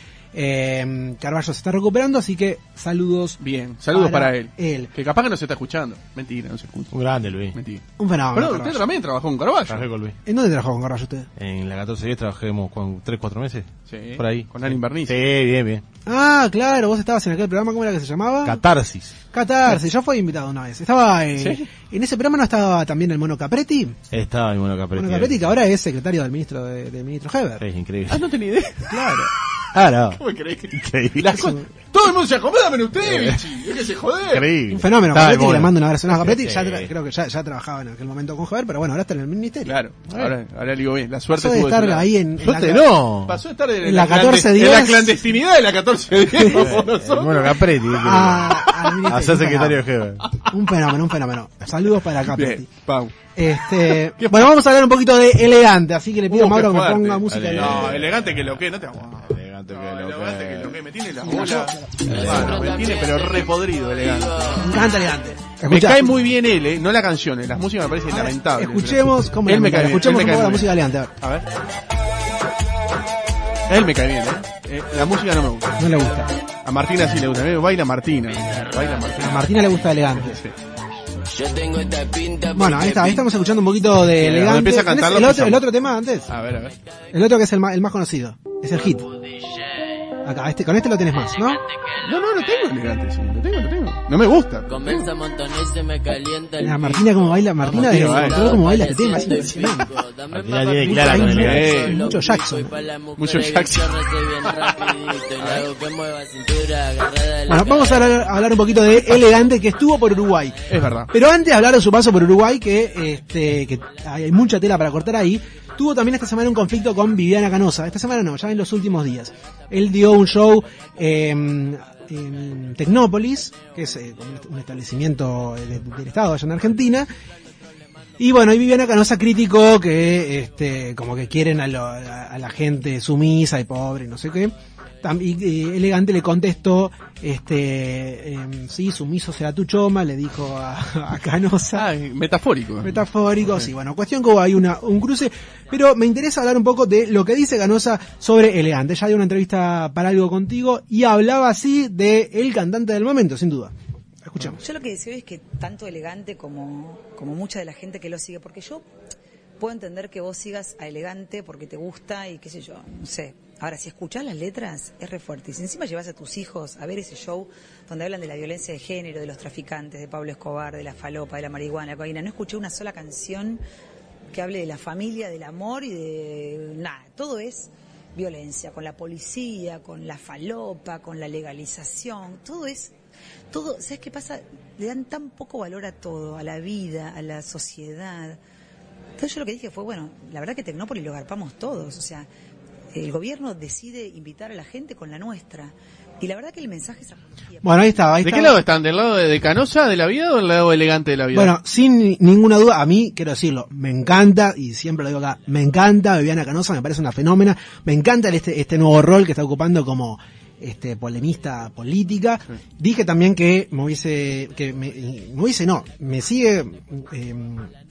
[SPEAKER 1] eh, Carballo se está recuperando, así que saludos.
[SPEAKER 7] Bien, saludos para,
[SPEAKER 1] Para
[SPEAKER 7] él.
[SPEAKER 1] él.
[SPEAKER 7] Que capaz que no se está escuchando. Mentira, no se escucha.
[SPEAKER 3] Un grande, Luis.
[SPEAKER 7] Mentira.
[SPEAKER 1] Un fenómeno.
[SPEAKER 7] Pero usted
[SPEAKER 1] Carballo.
[SPEAKER 7] también trabajó con Carballo.
[SPEAKER 3] Trabajé con Luis.
[SPEAKER 1] ¿En dónde trabajó con Carballo usted?
[SPEAKER 3] En la 14 10 trabajemos con 3, 4 meses.
[SPEAKER 7] Sí,
[SPEAKER 3] Por ahí.
[SPEAKER 7] con Alan Bernice.
[SPEAKER 3] Sí, bien, bien.
[SPEAKER 1] Ah, claro, vos estabas en aquel programa, ¿cómo era que se llamaba?
[SPEAKER 3] Catarsis.
[SPEAKER 1] Catarse, yo fui invitado una vez. Estaba eh,
[SPEAKER 7] ¿Sí?
[SPEAKER 1] en ese programa no estaba también el mono Capretti.
[SPEAKER 3] Estaba mi mono Capretti.
[SPEAKER 1] mono Capretti que ahora es secretario del ministro de, del ministro Heber.
[SPEAKER 3] Es increíble.
[SPEAKER 7] Ah, no tenía idea.
[SPEAKER 1] Claro.
[SPEAKER 3] Ah, no.
[SPEAKER 7] ¿Cómo creí?
[SPEAKER 3] Increíble.
[SPEAKER 7] Las cosas- Todo el mundo se acomoda menos usted,
[SPEAKER 1] Eh.
[SPEAKER 7] bichi. Es que se joder.
[SPEAKER 3] Increíble.
[SPEAKER 1] Un fenómeno.
[SPEAKER 3] Estaba el
[SPEAKER 1] Capretti que le
[SPEAKER 3] mono.
[SPEAKER 1] mando un abrazo. No, Capretti
[SPEAKER 3] Sí.
[SPEAKER 1] ya tra- creo que ya, ya trabajaba en aquel momento con Heber, pero bueno, ahora está en el ministerio.
[SPEAKER 7] Claro, ahora, ahora le digo bien. La suerte
[SPEAKER 1] Pasó de
[SPEAKER 7] estuvo de su
[SPEAKER 1] estar
[SPEAKER 7] lado.
[SPEAKER 1] ahí en, en la-
[SPEAKER 3] Suerte no.
[SPEAKER 7] Pasó de estar en,
[SPEAKER 1] En la
[SPEAKER 7] clandest-
[SPEAKER 1] 14-10.
[SPEAKER 7] en la clandestinidad de la 14 10 como
[SPEAKER 3] El
[SPEAKER 7] nosotros.
[SPEAKER 3] mono Capretti. ¿qué
[SPEAKER 1] Ah,
[SPEAKER 3] querés?
[SPEAKER 1] al ministerio,
[SPEAKER 3] A ser secretario de Heber.
[SPEAKER 1] Un fenómeno, un fenómeno. Saludos para Capretti.
[SPEAKER 7] Bien, Pau.
[SPEAKER 1] Este, bueno, vamos a hablar un poquito de elegante, así que le pido
[SPEAKER 7] Uh,
[SPEAKER 1] a Mauro
[SPEAKER 7] qué
[SPEAKER 1] que
[SPEAKER 7] fuerte.
[SPEAKER 1] ponga música.
[SPEAKER 3] Dale.
[SPEAKER 1] elegante.
[SPEAKER 7] No, elegante que lo que, no te aguanto.
[SPEAKER 3] Elegante que lo
[SPEAKER 7] elegante
[SPEAKER 3] que-
[SPEAKER 7] que lo que me tiene la bola. Bueno, me tiene pero repodrido, elegante.
[SPEAKER 1] Me encanta elegante.
[SPEAKER 7] Me
[SPEAKER 1] Escuchá,
[SPEAKER 7] cae muy bien él, eh, no la canción, eh, las músicas me parecen lamentables.
[SPEAKER 1] Escuchemos cómo
[SPEAKER 7] él me
[SPEAKER 1] elegante,
[SPEAKER 7] cae bien,
[SPEAKER 1] escuchemos
[SPEAKER 7] él
[SPEAKER 1] un
[SPEAKER 7] me
[SPEAKER 1] poco
[SPEAKER 7] cae
[SPEAKER 1] la
[SPEAKER 7] bien.
[SPEAKER 1] música elegante. a ver.
[SPEAKER 7] A ver. Él me cae bien, eh. Eh, La música no me gusta.
[SPEAKER 1] No le gusta.
[SPEAKER 7] A Martina sí le gusta, a mí me baila Martina. Baila Martina.
[SPEAKER 1] A Martina le gusta elegante.
[SPEAKER 7] Sí.
[SPEAKER 1] Bueno, ahí, está, ahí estamos escuchando un poquito de
[SPEAKER 7] cuando
[SPEAKER 1] elegante.
[SPEAKER 7] empieza a
[SPEAKER 1] ¿Tenés
[SPEAKER 7] cantarlo,
[SPEAKER 1] el, otro, el
[SPEAKER 7] empezamos.
[SPEAKER 1] otro tema antes?
[SPEAKER 7] A ver, a ver.
[SPEAKER 1] El otro que es el más, el más conocido. Es el hit. Acá, este, con este lo tenés más, ¿no?
[SPEAKER 7] No, no, no tengo elegante, sí, lo tengo, lo tengo. No me gusta.
[SPEAKER 10] Comienza Montaner, se me calienta el
[SPEAKER 1] La Martina como baila, Martina de
[SPEAKER 7] Martina baila.
[SPEAKER 1] todo como baila este tema, es impresionante.
[SPEAKER 10] pico. Dame
[SPEAKER 3] Martina tiene clara
[SPEAKER 1] Mucho
[SPEAKER 3] con elegante.
[SPEAKER 1] Jackson,
[SPEAKER 7] Eh.
[SPEAKER 1] Mucho Jackson.
[SPEAKER 10] pa' la mujer
[SPEAKER 7] Mucho
[SPEAKER 10] que
[SPEAKER 7] Jackson.
[SPEAKER 10] corre bien rapidito. Y le hago que mueva cintura agarrada de la
[SPEAKER 1] Bueno, vamos a hablar, a hablar un poquito de Elegante que estuvo por Uruguay.
[SPEAKER 7] Es verdad.
[SPEAKER 1] Pero antes de hablar de su paso por Uruguay, que, este, que hay hay mucha tela para cortar ahí, tuvo también esta semana un conflicto con Viviana Canosa. Esta semana no, ya en los últimos días. Él dio un show eh, en Tecnópolis, que es eh, como un est- un establecimiento eh, de- del Estado allá en Argentina, Y bueno, y Viviana Canosa criticó que este, como que quieren a, lo- a- a la gente sumisa y pobre, y no sé qué. Tam- Y, eh, elegante le contestó, este, em, sí, sumiso será tu choma, le dijo a, a Canosa.
[SPEAKER 7] Ah, Metafórico.
[SPEAKER 1] Metafórico, sí. Bueno, cuestión que hubo ahí una, un cruce, pero me interesa hablar un poco de lo que dice Ganosa sobre Elegante. Ya dio una entrevista para algo contigo y hablaba así de el cantante del momento, sin duda. Escuchamos.
[SPEAKER 11] Yo lo que deseo es que tanto elegante como, como mucha de la gente que lo sigue, porque yo puedo entender que vos sigas a elegante porque te gusta y qué sé yo, no sé. Ahora, si escuchás las letras, es re fuerte. Y si encima llevas a tus hijos a ver ese show donde hablan de la violencia de género, de los traficantes, de Pablo Escobar, de la falopa, de la marihuana, de la cocaína, no escuché una sola canción que hable de la familia, del amor y de nada, todo es violencia, con la policía, con la falopa, con la legalización, todo es todo, ¿sabes qué pasa? Le dan tan poco valor a todo, a la vida, a la sociedad. Entonces yo lo que dije fue, bueno, la verdad que Tecnópolis lo garpamos todos, o sea, el gobierno decide invitar a la gente con la nuestra. Y la verdad que el mensaje es...
[SPEAKER 1] Bueno, ahí estaba. Ahí
[SPEAKER 7] ¿De
[SPEAKER 1] estaba.
[SPEAKER 7] qué lado están? ¿Del lado de, de Canosa de la vida o del lado elegante de la vida?
[SPEAKER 1] Bueno, sin ni- ninguna duda, a mí, quiero decirlo, me encanta, y siempre lo digo acá, me encanta Viviana Canosa, me parece una fenómena, me encanta el- este, este nuevo rol que está ocupando como este polemista política. Dije también que me hubiese, que me, me hubiese no, me sigue, eh,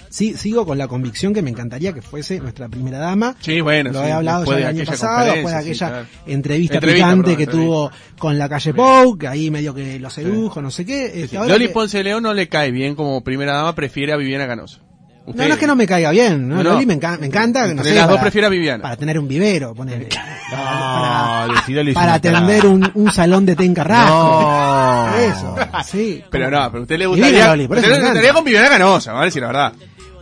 [SPEAKER 1] sí, sigo con la convicción que me encantaría que fuese nuestra primera dama.
[SPEAKER 7] Sí, bueno,
[SPEAKER 1] Lo
[SPEAKER 7] sí,
[SPEAKER 1] he hablado ya
[SPEAKER 7] después
[SPEAKER 1] el
[SPEAKER 7] de
[SPEAKER 1] año
[SPEAKER 7] aquella
[SPEAKER 1] pasado, después de aquella
[SPEAKER 7] conferencia, sí, claro.
[SPEAKER 1] entrevista,
[SPEAKER 7] Entrevista,
[SPEAKER 1] picante
[SPEAKER 7] perdón,
[SPEAKER 1] que tuvo con la calle Pou, que ahí medio que lo sedujo, no sé qué. Este,
[SPEAKER 7] Sí.
[SPEAKER 1] ahora
[SPEAKER 7] Loli
[SPEAKER 1] que-
[SPEAKER 7] Ponce de León no le cae bien como primera dama, prefiere a Viviana Canosa.
[SPEAKER 1] No, no es que no me caiga bien, ¿no?
[SPEAKER 7] No, no.
[SPEAKER 1] Loli me, enca- me encanta.
[SPEAKER 7] Entre
[SPEAKER 1] no sé,
[SPEAKER 7] las dos
[SPEAKER 1] para-
[SPEAKER 7] prefiero a Viviana.
[SPEAKER 1] Para tener un vivero, ponele.
[SPEAKER 3] Ah, Lucila le hizo
[SPEAKER 1] para
[SPEAKER 3] una cara.
[SPEAKER 1] atender un, un salón de ten carrasco.
[SPEAKER 3] No.
[SPEAKER 1] Eso, sí.
[SPEAKER 7] Pero no, pero a usted le
[SPEAKER 1] Divina
[SPEAKER 7] gustaría,
[SPEAKER 1] Loli, por eso
[SPEAKER 7] usted le
[SPEAKER 1] me encanta.
[SPEAKER 7] gustaría con Viviana Canosa, vamos a decir la verdad.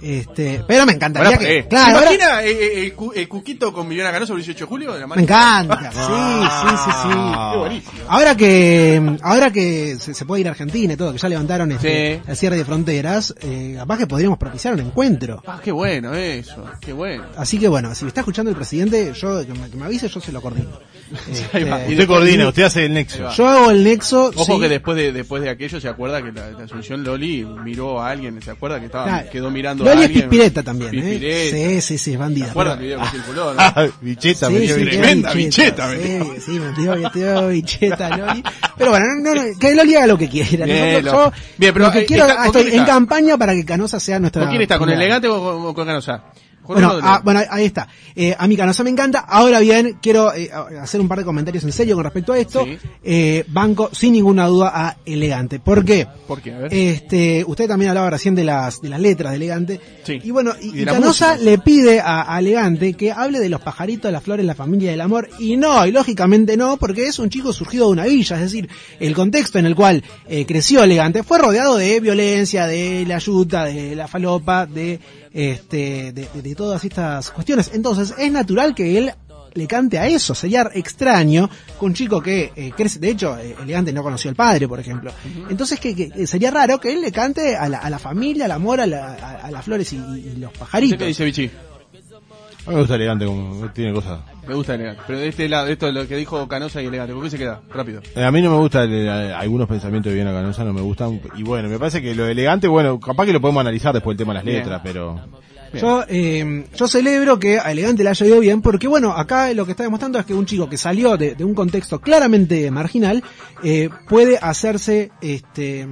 [SPEAKER 1] Este, pero me encantaría
[SPEAKER 7] Ahora,
[SPEAKER 1] que.
[SPEAKER 7] eh,
[SPEAKER 1] Claro,
[SPEAKER 7] ¿Se
[SPEAKER 1] ahora-
[SPEAKER 7] imagina eh, eh, el, cu- el Cuquito con Viviana Canosa el 18 de julio? De la mano?
[SPEAKER 1] me encanta. Sí, sí, sí,
[SPEAKER 3] Ah.
[SPEAKER 7] Qué
[SPEAKER 1] sí.
[SPEAKER 7] buenísimo.
[SPEAKER 1] Ahora que, ahora que se, se puede ir a Argentina y todo, que ya levantaron este,
[SPEAKER 7] Sí.
[SPEAKER 1] el cierre de fronteras, eh, capaz que podríamos propiciar un encuentro.
[SPEAKER 7] Ah, qué bueno eso, qué bueno.
[SPEAKER 1] Así que bueno, si me está escuchando el presidente, yo que me, que me avise, yo se lo coordino.
[SPEAKER 7] Ahí va.
[SPEAKER 1] Este,
[SPEAKER 3] Usted coordina, usted hace el nexo.
[SPEAKER 1] yo hago el nexo.
[SPEAKER 7] Ojo
[SPEAKER 1] sí.
[SPEAKER 7] que después de después de aquello se acuerda que la, la Asunción Loli miró a alguien, se acuerda que estaba
[SPEAKER 1] Claro.
[SPEAKER 7] quedó mirando
[SPEAKER 1] Loli
[SPEAKER 7] a
[SPEAKER 1] es
[SPEAKER 7] alguien.
[SPEAKER 1] pispireta también,
[SPEAKER 7] Pispireta.
[SPEAKER 1] ¿eh? Sí, sí, sí, es bandida.
[SPEAKER 7] ¿Se acuerda el
[SPEAKER 1] pero-
[SPEAKER 7] video que circuló? no?
[SPEAKER 3] Ah, bicheta,
[SPEAKER 1] Sí,
[SPEAKER 3] bicheta,
[SPEAKER 1] sí,
[SPEAKER 3] bicheta.
[SPEAKER 1] quedó
[SPEAKER 7] Tremenda bicheta,
[SPEAKER 1] Sí, sí, me tiró, me tiró bicheta Loli. Pero bueno, no, no, no, que Loli haga lo que quiera.
[SPEAKER 7] Bien,
[SPEAKER 1] Nosotros-
[SPEAKER 7] Loli.
[SPEAKER 1] yo
[SPEAKER 7] Bien, pero,
[SPEAKER 1] lo que
[SPEAKER 7] eh,
[SPEAKER 1] quiero,
[SPEAKER 7] está-
[SPEAKER 1] ah,
[SPEAKER 7] ¿con quién
[SPEAKER 1] estoy en
[SPEAKER 7] está?
[SPEAKER 1] campaña para que Canosa sea nuestra.
[SPEAKER 7] ¿Con quién está? ¿Con
[SPEAKER 1] primera.
[SPEAKER 7] Elegante o con, o con Canosa? Con
[SPEAKER 1] Bueno,
[SPEAKER 7] uno de los
[SPEAKER 1] ah,
[SPEAKER 7] dos.
[SPEAKER 1] bueno, ahí está. Eh, a mí Canosa me encanta. Ahora bien, quiero eh, hacer un par de comentarios en serio con respecto a esto.
[SPEAKER 7] Sí.
[SPEAKER 1] Eh, banco, sin ninguna duda, a Elegante. ¿Por qué?
[SPEAKER 7] ¿Por qué? A ver.
[SPEAKER 1] Este, usted también hablaba recién de las, de las letras de Elegante.
[SPEAKER 7] Sí.
[SPEAKER 1] Y bueno, y,
[SPEAKER 7] Y de
[SPEAKER 1] y
[SPEAKER 7] la
[SPEAKER 1] Canosa
[SPEAKER 7] música.
[SPEAKER 1] le pide a, a Elegante que hable de los pajaritos, las flores, la familia, el amor. Y no, y lógicamente no, porque es un chico surgido de una villa. Es decir, el contexto en el cual eh, creció Elegante fue rodeado de violencia, de la yuta, de la falopa, de, este, de, de- de todas estas cuestiones. Entonces, es natural que él le cante a eso, sería extraño que un chico que eh, crece, de hecho, eh, elegante no conoció al padre, por ejemplo. Entonces que, que- que sería raro que él le cante a la, a la familia, al amor, a, la- a- a las flores y, y los
[SPEAKER 7] ¿Usted qué
[SPEAKER 1] pajaritos.
[SPEAKER 7] dice Vichy?
[SPEAKER 3] A mí me gusta elegante, como tiene cosas.
[SPEAKER 7] Me gusta Elegante. Pero de este lado, esto es lo que dijo Canosa y Elegante. ¿Con qué se queda? Rápido.
[SPEAKER 3] Eh, A mí no me gusta el- eh, algunos pensamientos de Viviana Canosa, no me gustan. Y bueno, me parece que lo elegante, bueno, capaz que lo podemos analizar después el tema de las
[SPEAKER 7] Bien.
[SPEAKER 3] letras, pero.
[SPEAKER 1] Yo, eh, yo celebro que a Elegante le haya ido bien, porque bueno, acá lo que está demostrando es que un chico que salió de, de un contexto claramente marginal eh, puede hacerse, este,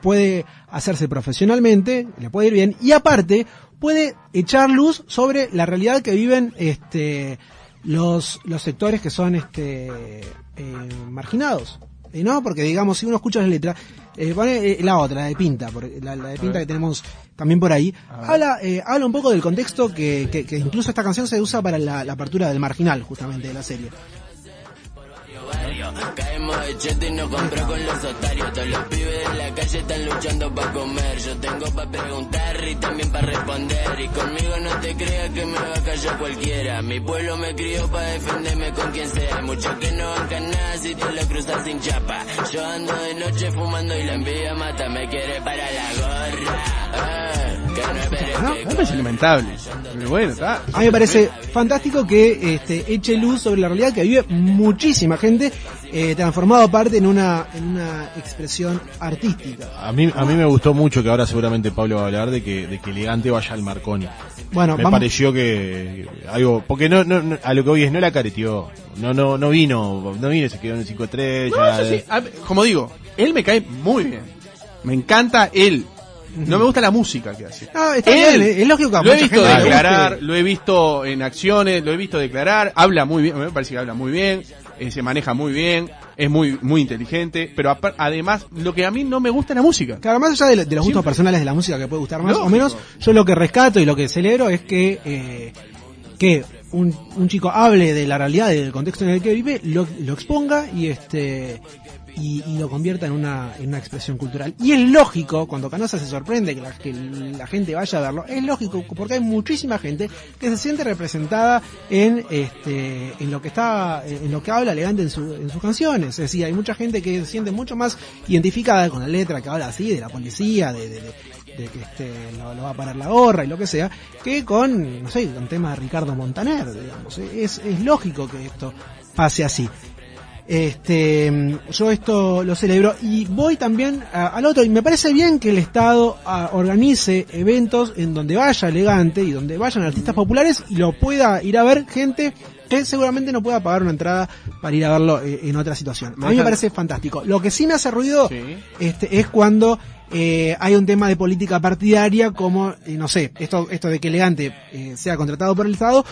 [SPEAKER 1] puede hacerse profesionalmente, le puede ir bien, y aparte puede echar luz sobre la realidad que viven este, los, los sectores que son este, eh, marginados. Eh, no, porque digamos, si uno escucha las letras, eh, pone, eh, la otra, la de Pinta, por- la, la de Pinta que tenemos también por ahí, habla, eh, habla un poco del contexto que, que- que incluso esta canción se usa para la, la apertura del marginal, justamente, de la serie.
[SPEAKER 10] Caemos de cheto y nos compró con los otarios. Todos los pibes de la calle están luchando para comer. Yo tengo para preguntar y también para responder. Y conmigo no te creas que me va a callar cualquiera. Mi pueblo me crió para defenderme con quien sea. Hay muchos que no bancan nada si te lo cruzas sin chapa. Yo ando de noche fumando y la envidia mata. Me quiere para la gorra. Ah, que no esperes
[SPEAKER 7] No,
[SPEAKER 10] que
[SPEAKER 7] me parece lamentable. Pero bueno, está.
[SPEAKER 1] A mí me parece fantástico que este, eche luz sobre la realidad que vive muchísima gente, eh, transformado aparte en una, en una expresión artística.
[SPEAKER 3] A mí, a mí me gustó mucho que ahora seguramente Pablo va a hablar de que, de que elegante vaya al Marconi.
[SPEAKER 1] Bueno,
[SPEAKER 3] me
[SPEAKER 1] vamos-
[SPEAKER 3] pareció que que algo, porque no, no, no- a lo que hoy es no la careteó, no, no, no vino, no vino, se quedó en el 5 estrellas.
[SPEAKER 7] No, eso sí, a- como digo, él me cae muy bien. Me encanta él. No me gusta la música que hace.
[SPEAKER 1] Ah, está
[SPEAKER 7] Él.
[SPEAKER 1] bien, es lógico que a
[SPEAKER 7] Lo he
[SPEAKER 1] mucha
[SPEAKER 7] visto
[SPEAKER 1] gente le guste.
[SPEAKER 7] declarar, lo he visto en acciones, lo he visto declarar, habla muy bien, me parece que habla muy bien, eh, se maneja muy bien, es muy muy inteligente, pero apar- además lo que a mí no me gusta es la música.
[SPEAKER 1] Claro, más allá de, lo- de los gustos
[SPEAKER 7] Siempre.
[SPEAKER 1] personales de la música que puede gustar más
[SPEAKER 7] Lógico.
[SPEAKER 1] o menos, yo lo que rescato y lo que celebro es que, eh, que un, un chico hable de la realidad, del contexto en el que vive, lo, lo exponga y este y, y lo convierta en una, en una expresión cultural. Y es lógico, cuando Canosa se sorprende que la, que la gente vaya a verlo, es lógico porque hay muchísima gente que se siente representada en este en lo que está en lo que habla elegante en, su- en sus canciones. Es decir, hay mucha gente que se siente mucho más identificada con la letra que habla así, de la policía, de, de- de- de que este, lo, lo va a parar la gorra y lo que sea, que con, no sé, con temas de Ricardo Montaner, digamos. Es, es lógico que esto pase así. Este, mm, yo esto lo celebro y voy también a- al otro. Y me parece bien que el Estado ah, organice eventos en donde vaya elegante y donde vayan artistas populares y lo pueda ir a ver gente que seguramente no pueda pagar una entrada para ir a verlo eh, en otra situación. A mí me parece fantástico. Lo que sí me hace ruido este, es cuando eh, hay un tema de política partidaria como, eh, no sé, esto, esto de que elegante eh, sea contratado por el Estado,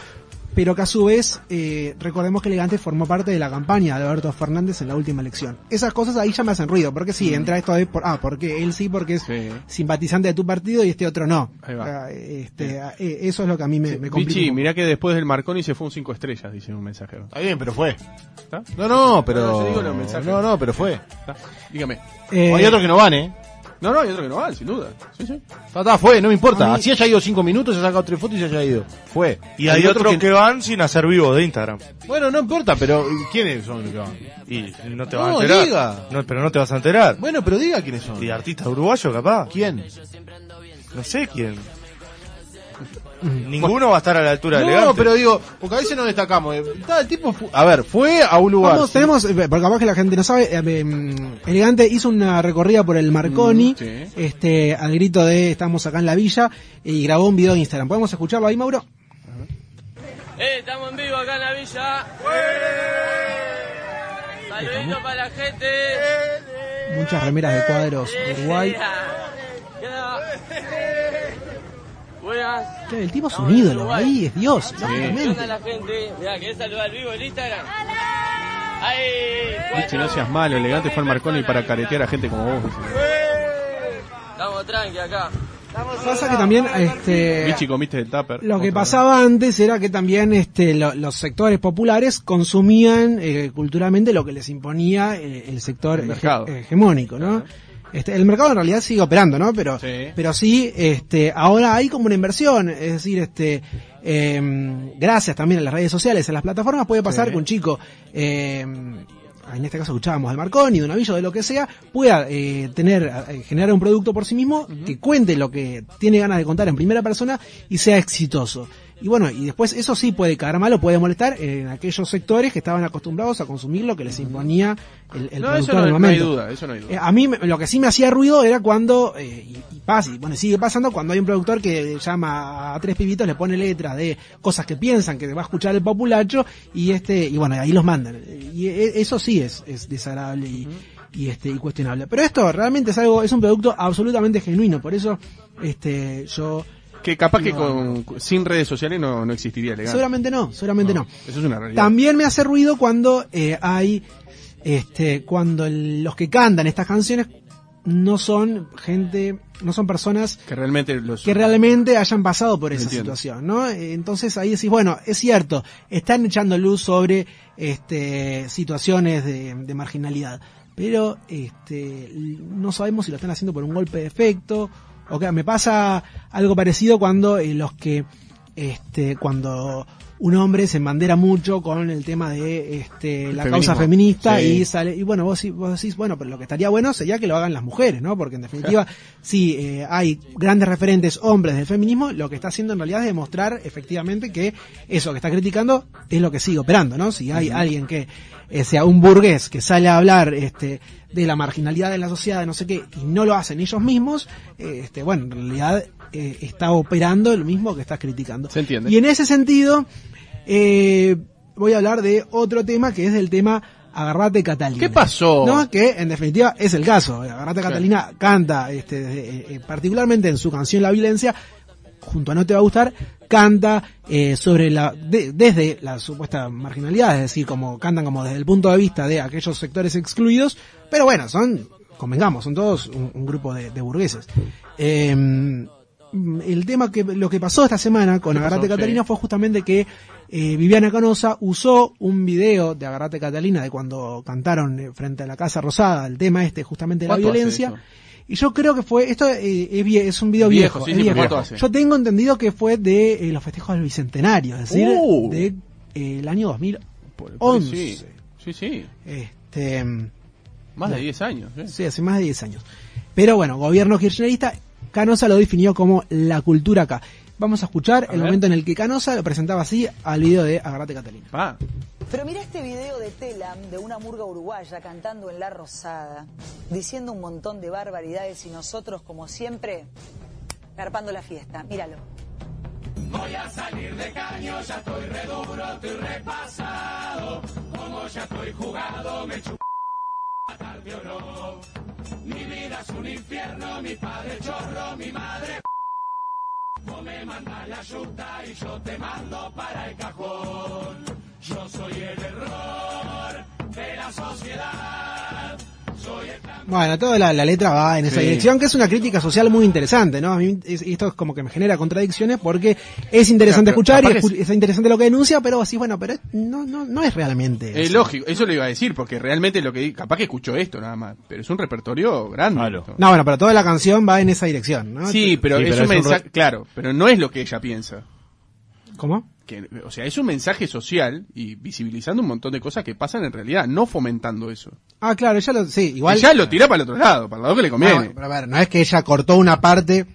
[SPEAKER 1] pero que a su vez eh, recordemos que Elegante formó parte de la campaña de Alberto Fernández en la última elección. Esas cosas ahí ya me hacen ruido, porque sí, entra esto de, por, ah, porque él sí, porque es simpatizante de tu partido y este otro no.
[SPEAKER 7] Ahí va.
[SPEAKER 1] O sea, este, ah, eh, eso es lo que a mí me, me complica.
[SPEAKER 7] Vichy, mirá que después del Marconi se fue un 5 estrellas, dice un mensaje.
[SPEAKER 3] Está bien, pero fue.
[SPEAKER 7] ¿Está?
[SPEAKER 3] No, no, pero.
[SPEAKER 7] No, no, yo digo los mensajes.
[SPEAKER 3] No, no, pero fue.
[SPEAKER 7] ¿Está? Dígame.
[SPEAKER 1] Eh,
[SPEAKER 3] hay otros que no van, eh.
[SPEAKER 7] No, no, hay otro que no va, sin duda. Sí, sí.
[SPEAKER 3] Está, está, fue, no me importa.
[SPEAKER 1] A mí-
[SPEAKER 3] Así haya ido 5 minutos, se ha sacado 3 fotos y se haya ido. Fue.
[SPEAKER 12] Y hay, otros que... van sin hacer vivos de Instagram.
[SPEAKER 3] Bueno, no importa, pero ¿quiénes son los que van?
[SPEAKER 12] Y no te
[SPEAKER 3] No,
[SPEAKER 12] vas a enterar.
[SPEAKER 3] diga.
[SPEAKER 12] No, pero no te vas a enterar.
[SPEAKER 3] Bueno, pero diga quiénes son.
[SPEAKER 12] Y artistas uruguayos, capaz.
[SPEAKER 3] ¿Quién?
[SPEAKER 12] No sé quién. Ninguno va a estar a la altura de
[SPEAKER 3] No,
[SPEAKER 12] Elegante.
[SPEAKER 3] pero digo, porque a veces nos destacamos. eh, está, el tipo fu- a ver, fue a un lugar.
[SPEAKER 1] Vamos,
[SPEAKER 3] sí.
[SPEAKER 1] tenemos, eh, porque capaz que la gente no sabe, eh, em, Elegante hizo una recorrida por el Marconi,
[SPEAKER 7] Mm, sí.
[SPEAKER 1] este, al grito de estamos acá en la villa, y grabó un video de Instagram. ¿Podemos escucharlo ahí, Mauro?
[SPEAKER 10] Eh, estamos en vivo acá en la villa. Saluditos para la gente.
[SPEAKER 1] Muchas remeras de cuadros de Uruguay.
[SPEAKER 10] Buenas.
[SPEAKER 1] Claro, El tipo es un ídolo, ahí es Dios,
[SPEAKER 10] ¿Qué onda
[SPEAKER 1] exactamente.
[SPEAKER 10] la gente? Mirá, ¿querés saludar vivo el Instagram? ¡Ay!
[SPEAKER 7] Vichy, no seas malo, elegante fue al Marconi para caretear a gente como vos. Vichy.
[SPEAKER 10] Estamos tranqui acá.
[SPEAKER 1] Pasa que también este
[SPEAKER 7] Vichy, comiste el tupper.
[SPEAKER 1] lo que
[SPEAKER 7] Otra vez.
[SPEAKER 1] pasaba antes era que también este lo- los sectores populares consumían eh, culturalmente lo que les imponía eh, el sector
[SPEAKER 7] El mercado.
[SPEAKER 1] hege- hegemónico, ¿no? Este, el mercado en realidad sigue operando, ¿no? Pero
[SPEAKER 7] Sí.
[SPEAKER 1] pero sí este ahora hay como una inversión, es decir, este em, gracias también a las redes sociales, a las plataformas puede pasar
[SPEAKER 7] Sí.
[SPEAKER 1] que un chico em, en este caso escuchábamos al Marconi, de una villa, de lo que sea, pueda eh, tener, eh, generar un producto por sí mismo, que cuente lo que tiene ganas de contar en primera persona y sea exitoso. Y bueno, y después eso sí puede caer mal o puede molestar en aquellos sectores que estaban acostumbrados a consumir lo que les imponía el, el
[SPEAKER 7] No, eso
[SPEAKER 1] productor
[SPEAKER 7] no,
[SPEAKER 1] del
[SPEAKER 7] no hay
[SPEAKER 1] momento.
[SPEAKER 7] duda, eso no hay duda.
[SPEAKER 1] Eh, a mí me- lo que sí me hacía ruido era cuando, eh, y, y pasa, y bueno, sigue pasando, cuando hay un productor que llama a tres pibitos, le pone letras de cosas que piensan que va a escuchar el populacho, y este, y bueno, ahí los mandan. Eh, Y e- eso sí es, es desagradable y, y, este, y cuestionable. Pero esto realmente es algo, es un producto absolutamente genuino, por eso, este, yo,
[SPEAKER 7] Que capaz que
[SPEAKER 1] No,
[SPEAKER 7] con, sin redes sociales no, no existiría elegante.
[SPEAKER 1] seguramente no, seguramente no.
[SPEAKER 7] Eso es una realidad.
[SPEAKER 1] También me hace ruido cuando eh, hay, este, cuando el- los que cantan estas canciones no son gente, no son personas
[SPEAKER 7] que realmente los
[SPEAKER 1] que realmente hayan pasado por esa
[SPEAKER 7] Entiendo.
[SPEAKER 1] situación, ¿no? Eh, Entonces ahí decís, bueno, es cierto, están echando luz sobre este, situaciones de, de marginalidad, pero este, l- no sabemos si lo están haciendo por un golpe de efecto, o que me pasa algo parecido cuando eh, los que, este, cuando un hombre se embandera mucho con el tema de este, la
[SPEAKER 7] Feminismo.
[SPEAKER 1] causa feminista
[SPEAKER 7] Sí.
[SPEAKER 1] y sale, y bueno, vos, sí- vos decís, bueno, pero lo que estaría bueno sería que lo hagan las mujeres, ¿no? Porque en definitiva, si eh, hay grandes referentes hombres del feminismo, lo que está haciendo en realidad es demostrar efectivamente que eso que está criticando es lo que sigue operando, ¿no? Si hay
[SPEAKER 13] Ujú.
[SPEAKER 1] alguien que eh, sea un burgués que sale a hablar este, de la marginalidad de la sociedad, de no sé qué, y no lo hacen ellos mismos, eh, este, bueno, en realidad eh, está operando lo mismo que estás criticando.
[SPEAKER 7] Se entiende.
[SPEAKER 1] Y en ese sentido, eh, voy a hablar de otro tema que es el tema Agarrate Catalina.
[SPEAKER 7] ¿Qué pasó?
[SPEAKER 1] ¿No? Que en definitiva es el caso. Agarrate Catalina canta, este, desde- eh, eh, particularmente en su canción La Violencia, junto a No Te Va a Gustar, canta eh, sobre la, de- desde la supuesta marginalidad, es decir, como cantan como desde el punto de vista de aquellos sectores excluidos, pero bueno, son, convengamos, son todos un, un grupo de, de burgueses. Eh, mm, el tema que lo que pasó esta semana con
[SPEAKER 7] ¿Qué pasó?
[SPEAKER 1] Agarrate
[SPEAKER 7] Sí.
[SPEAKER 1] Catalina fue justamente que eh, Viviana Canosa usó un video de Agarrate Catalina de cuando cantaron eh, frente a la Casa Rosada el tema este justamente de la
[SPEAKER 7] ¿Cuánto hace
[SPEAKER 1] violencia.
[SPEAKER 7] de esto?
[SPEAKER 1] Y yo creo que fue, esto eh, es, vie- es un video viejo.
[SPEAKER 7] Viejo, sí,
[SPEAKER 1] es
[SPEAKER 7] sí, pero
[SPEAKER 1] viejo.
[SPEAKER 7] ¿cuánto hace?
[SPEAKER 1] Yo tengo entendido que fue de eh, los festejos del Bicentenario, es decir,
[SPEAKER 7] Uh.
[SPEAKER 1] del año 2011.
[SPEAKER 7] Sí, sí, sí.
[SPEAKER 1] Este,
[SPEAKER 7] Más de
[SPEAKER 1] no.
[SPEAKER 7] 10 años. ¿eh?
[SPEAKER 1] Sí, hace más de 10 años. Pero bueno, gobierno kirchnerista, Canosa lo definió como la cultura acá. Vamos a escuchar el
[SPEAKER 7] ver.
[SPEAKER 1] momento en el que Canosa lo presentaba así al video de Agarrate Catalina.
[SPEAKER 7] Pa.
[SPEAKER 11] Pero mira este video de Telam, de una murga uruguaya cantando en La Rosada, diciendo un montón de barbaridades y nosotros, como siempre, garpando la fiesta. Míralo.
[SPEAKER 10] Voy a salir de caño, ya estoy reduro, estoy repasado. Como ya estoy jugado, me chupa tarde o no. Mi vida es un infierno, mi padre chorro, mi madre. Vos me mandas la yuta y yo te mando para el cajón. Yo soy el error de la sociedad. Soy el
[SPEAKER 1] Bueno, toda la, la letra va en esa
[SPEAKER 7] Sí.
[SPEAKER 1] dirección, que es una crítica social muy interesante, ¿no? A mí es- esto es como que me genera contradicciones porque es interesante
[SPEAKER 7] Claro, pero
[SPEAKER 1] escuchar y
[SPEAKER 7] capaz
[SPEAKER 1] escu-
[SPEAKER 7] que
[SPEAKER 1] es interesante lo que denuncia, pero así, bueno, pero es- no, no, no es realmente.
[SPEAKER 7] Es lógico, eso lo iba a decir, porque realmente lo que di- capaz que escuchó esto nada más, pero es un repertorio grande. esto.
[SPEAKER 1] No, bueno, pero toda la canción va en esa dirección, ¿no?
[SPEAKER 7] Sí, pero
[SPEAKER 3] Sí,
[SPEAKER 7] es
[SPEAKER 3] pero
[SPEAKER 7] un
[SPEAKER 3] es un
[SPEAKER 7] mensaje,
[SPEAKER 3] re-
[SPEAKER 7] claro, pero no es lo que ella piensa.
[SPEAKER 1] ¿Cómo?
[SPEAKER 7] Que, o sea, es un mensaje social y visibilizando un montón de cosas que pasan en realidad, no fomentando eso.
[SPEAKER 1] Ah, claro, ella lo, sí, igual.
[SPEAKER 7] Ella lo tira para el otro lado, para el lado que le
[SPEAKER 1] Ah,
[SPEAKER 7] conviene.
[SPEAKER 1] bueno, pero a ver, no es que ella cortó una parte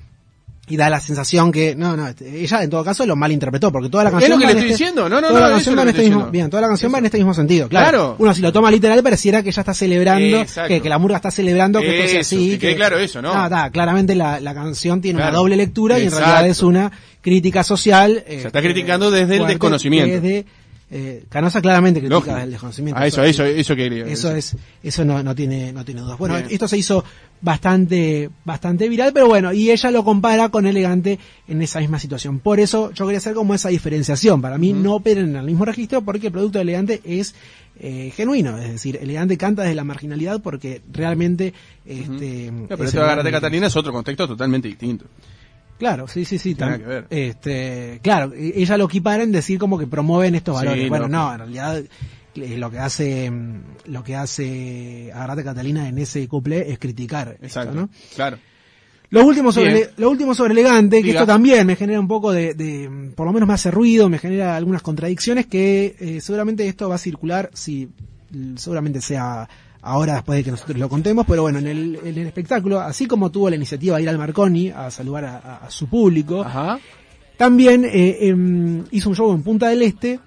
[SPEAKER 1] y da la sensación que no, no, este, ella en todo caso lo malinterpretó porque toda la
[SPEAKER 7] Es
[SPEAKER 1] canción
[SPEAKER 7] lo que
[SPEAKER 1] va
[SPEAKER 7] le
[SPEAKER 1] en
[SPEAKER 7] estoy
[SPEAKER 1] este-
[SPEAKER 7] diciendo, no, no,
[SPEAKER 1] toda
[SPEAKER 7] no,
[SPEAKER 1] la
[SPEAKER 7] eso
[SPEAKER 1] canción
[SPEAKER 7] es lo
[SPEAKER 1] va en
[SPEAKER 7] que
[SPEAKER 1] este
[SPEAKER 7] estoy
[SPEAKER 1] mismo,
[SPEAKER 7] diciendo.
[SPEAKER 1] bien, toda la canción va en este mismo sentido, claro.
[SPEAKER 7] Claro.
[SPEAKER 1] Uno si lo toma literal pareciera que ella está celebrando
[SPEAKER 7] Exacto.
[SPEAKER 1] que, que la murga está celebrando que esto sea
[SPEAKER 7] Eso,
[SPEAKER 1] así,
[SPEAKER 7] que quede claro eso, ¿no?
[SPEAKER 1] está, claramente la, la canción tiene
[SPEAKER 7] Claro.
[SPEAKER 1] una doble lectura y en
[SPEAKER 7] Exacto.
[SPEAKER 1] realidad es una crítica social. eh,
[SPEAKER 7] Se está criticando desde el
[SPEAKER 1] fuerte,
[SPEAKER 7] desconocimiento.
[SPEAKER 1] Desde, eh, Canosa claramente critica
[SPEAKER 7] Lógico.
[SPEAKER 1] desde el desconocimiento.
[SPEAKER 7] Ah, eso,
[SPEAKER 1] es-
[SPEAKER 7] eso, eso quería
[SPEAKER 1] eso
[SPEAKER 7] decir.
[SPEAKER 1] es, eso no, no tiene, no tiene dudas. Bueno,
[SPEAKER 7] ¿eh? Bien.
[SPEAKER 1] esto se hizo bastante, bastante viral, pero bueno, y ella lo compara con elegante en esa misma situación. Por eso yo quería hacer como esa diferenciación. Para mí no operan en el mismo registro porque el producto de elegante es eh, genuino, es decir, elegante canta desde la marginalidad porque realmente, este,
[SPEAKER 7] No, pero
[SPEAKER 1] es
[SPEAKER 7] esto
[SPEAKER 1] el
[SPEAKER 7] de Agarrate
[SPEAKER 1] gran-
[SPEAKER 7] Catalina es otro contexto totalmente distinto.
[SPEAKER 1] Claro, sí, sí, sí.
[SPEAKER 7] Tiene
[SPEAKER 1] tam-
[SPEAKER 7] que ver.
[SPEAKER 1] Este, claro, e- ella lo equipara en decir como que promueven estos
[SPEAKER 7] Sí,
[SPEAKER 1] valores. bueno,
[SPEAKER 7] lógico.
[SPEAKER 1] no, en realidad eh, lo que hace mm, lo que hace Agarrate Catalina en ese couple es criticar esto,
[SPEAKER 7] Exacto.
[SPEAKER 1] ¿no?
[SPEAKER 7] Claro.
[SPEAKER 1] Lo último sobre
[SPEAKER 7] Bien.
[SPEAKER 1] lo último sobre elegante, que
[SPEAKER 7] Diga.
[SPEAKER 1] esto también me genera un poco de, de, mm, por lo menos me hace ruido, me genera algunas contradicciones que eh, seguramente esto va a circular si mm, seguramente sea ahora después de que nosotros lo contemos, pero bueno, en el, en el espectáculo, así como tuvo la iniciativa de ir al Marconi a saludar a, a- a su público, también eh, em, hizo un show en Punta del Este,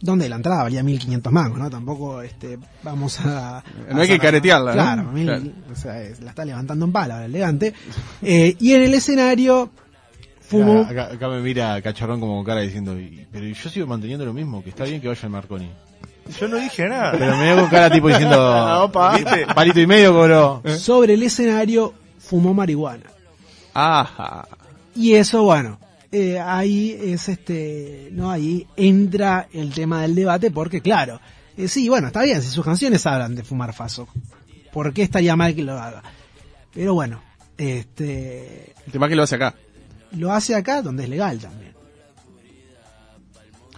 [SPEAKER 1] donde la entrada valía 15500 mangos, ¿no? Tampoco este, vamos a...
[SPEAKER 7] No hay que
[SPEAKER 1] a-
[SPEAKER 7] caretearla, ¿no?
[SPEAKER 1] Claro, mil-
[SPEAKER 7] Claro.
[SPEAKER 1] o sea, es- la está levantando en pala, elegante. Eh, y en el escenario fumó...
[SPEAKER 3] Acá, acá- acá me mira Cacharrón como con cara diciendo, "Y- pero yo sigo manteniendo lo mismo, que está bien que vaya al Marconi.
[SPEAKER 12] Yo no dije nada.
[SPEAKER 3] Pero me veo con cara tipo
[SPEAKER 12] Ah,
[SPEAKER 3] diciendo,
[SPEAKER 12] opa.
[SPEAKER 3] "¿Viste? palito y medio cobró.
[SPEAKER 7] ¿eh?
[SPEAKER 1] Sobre el escenario fumó marihuana.
[SPEAKER 7] Ajá.
[SPEAKER 1] Y eso, bueno, eh, ahí es este, ¿no? Ahí entra el tema del debate porque, claro, eh, sí, bueno, está bien, si sus canciones hablan de fumar faso, ¿por qué estaría mal que lo haga? Pero bueno, este,
[SPEAKER 7] El tema es que lo hace acá.
[SPEAKER 1] lo hace acá donde es legal también.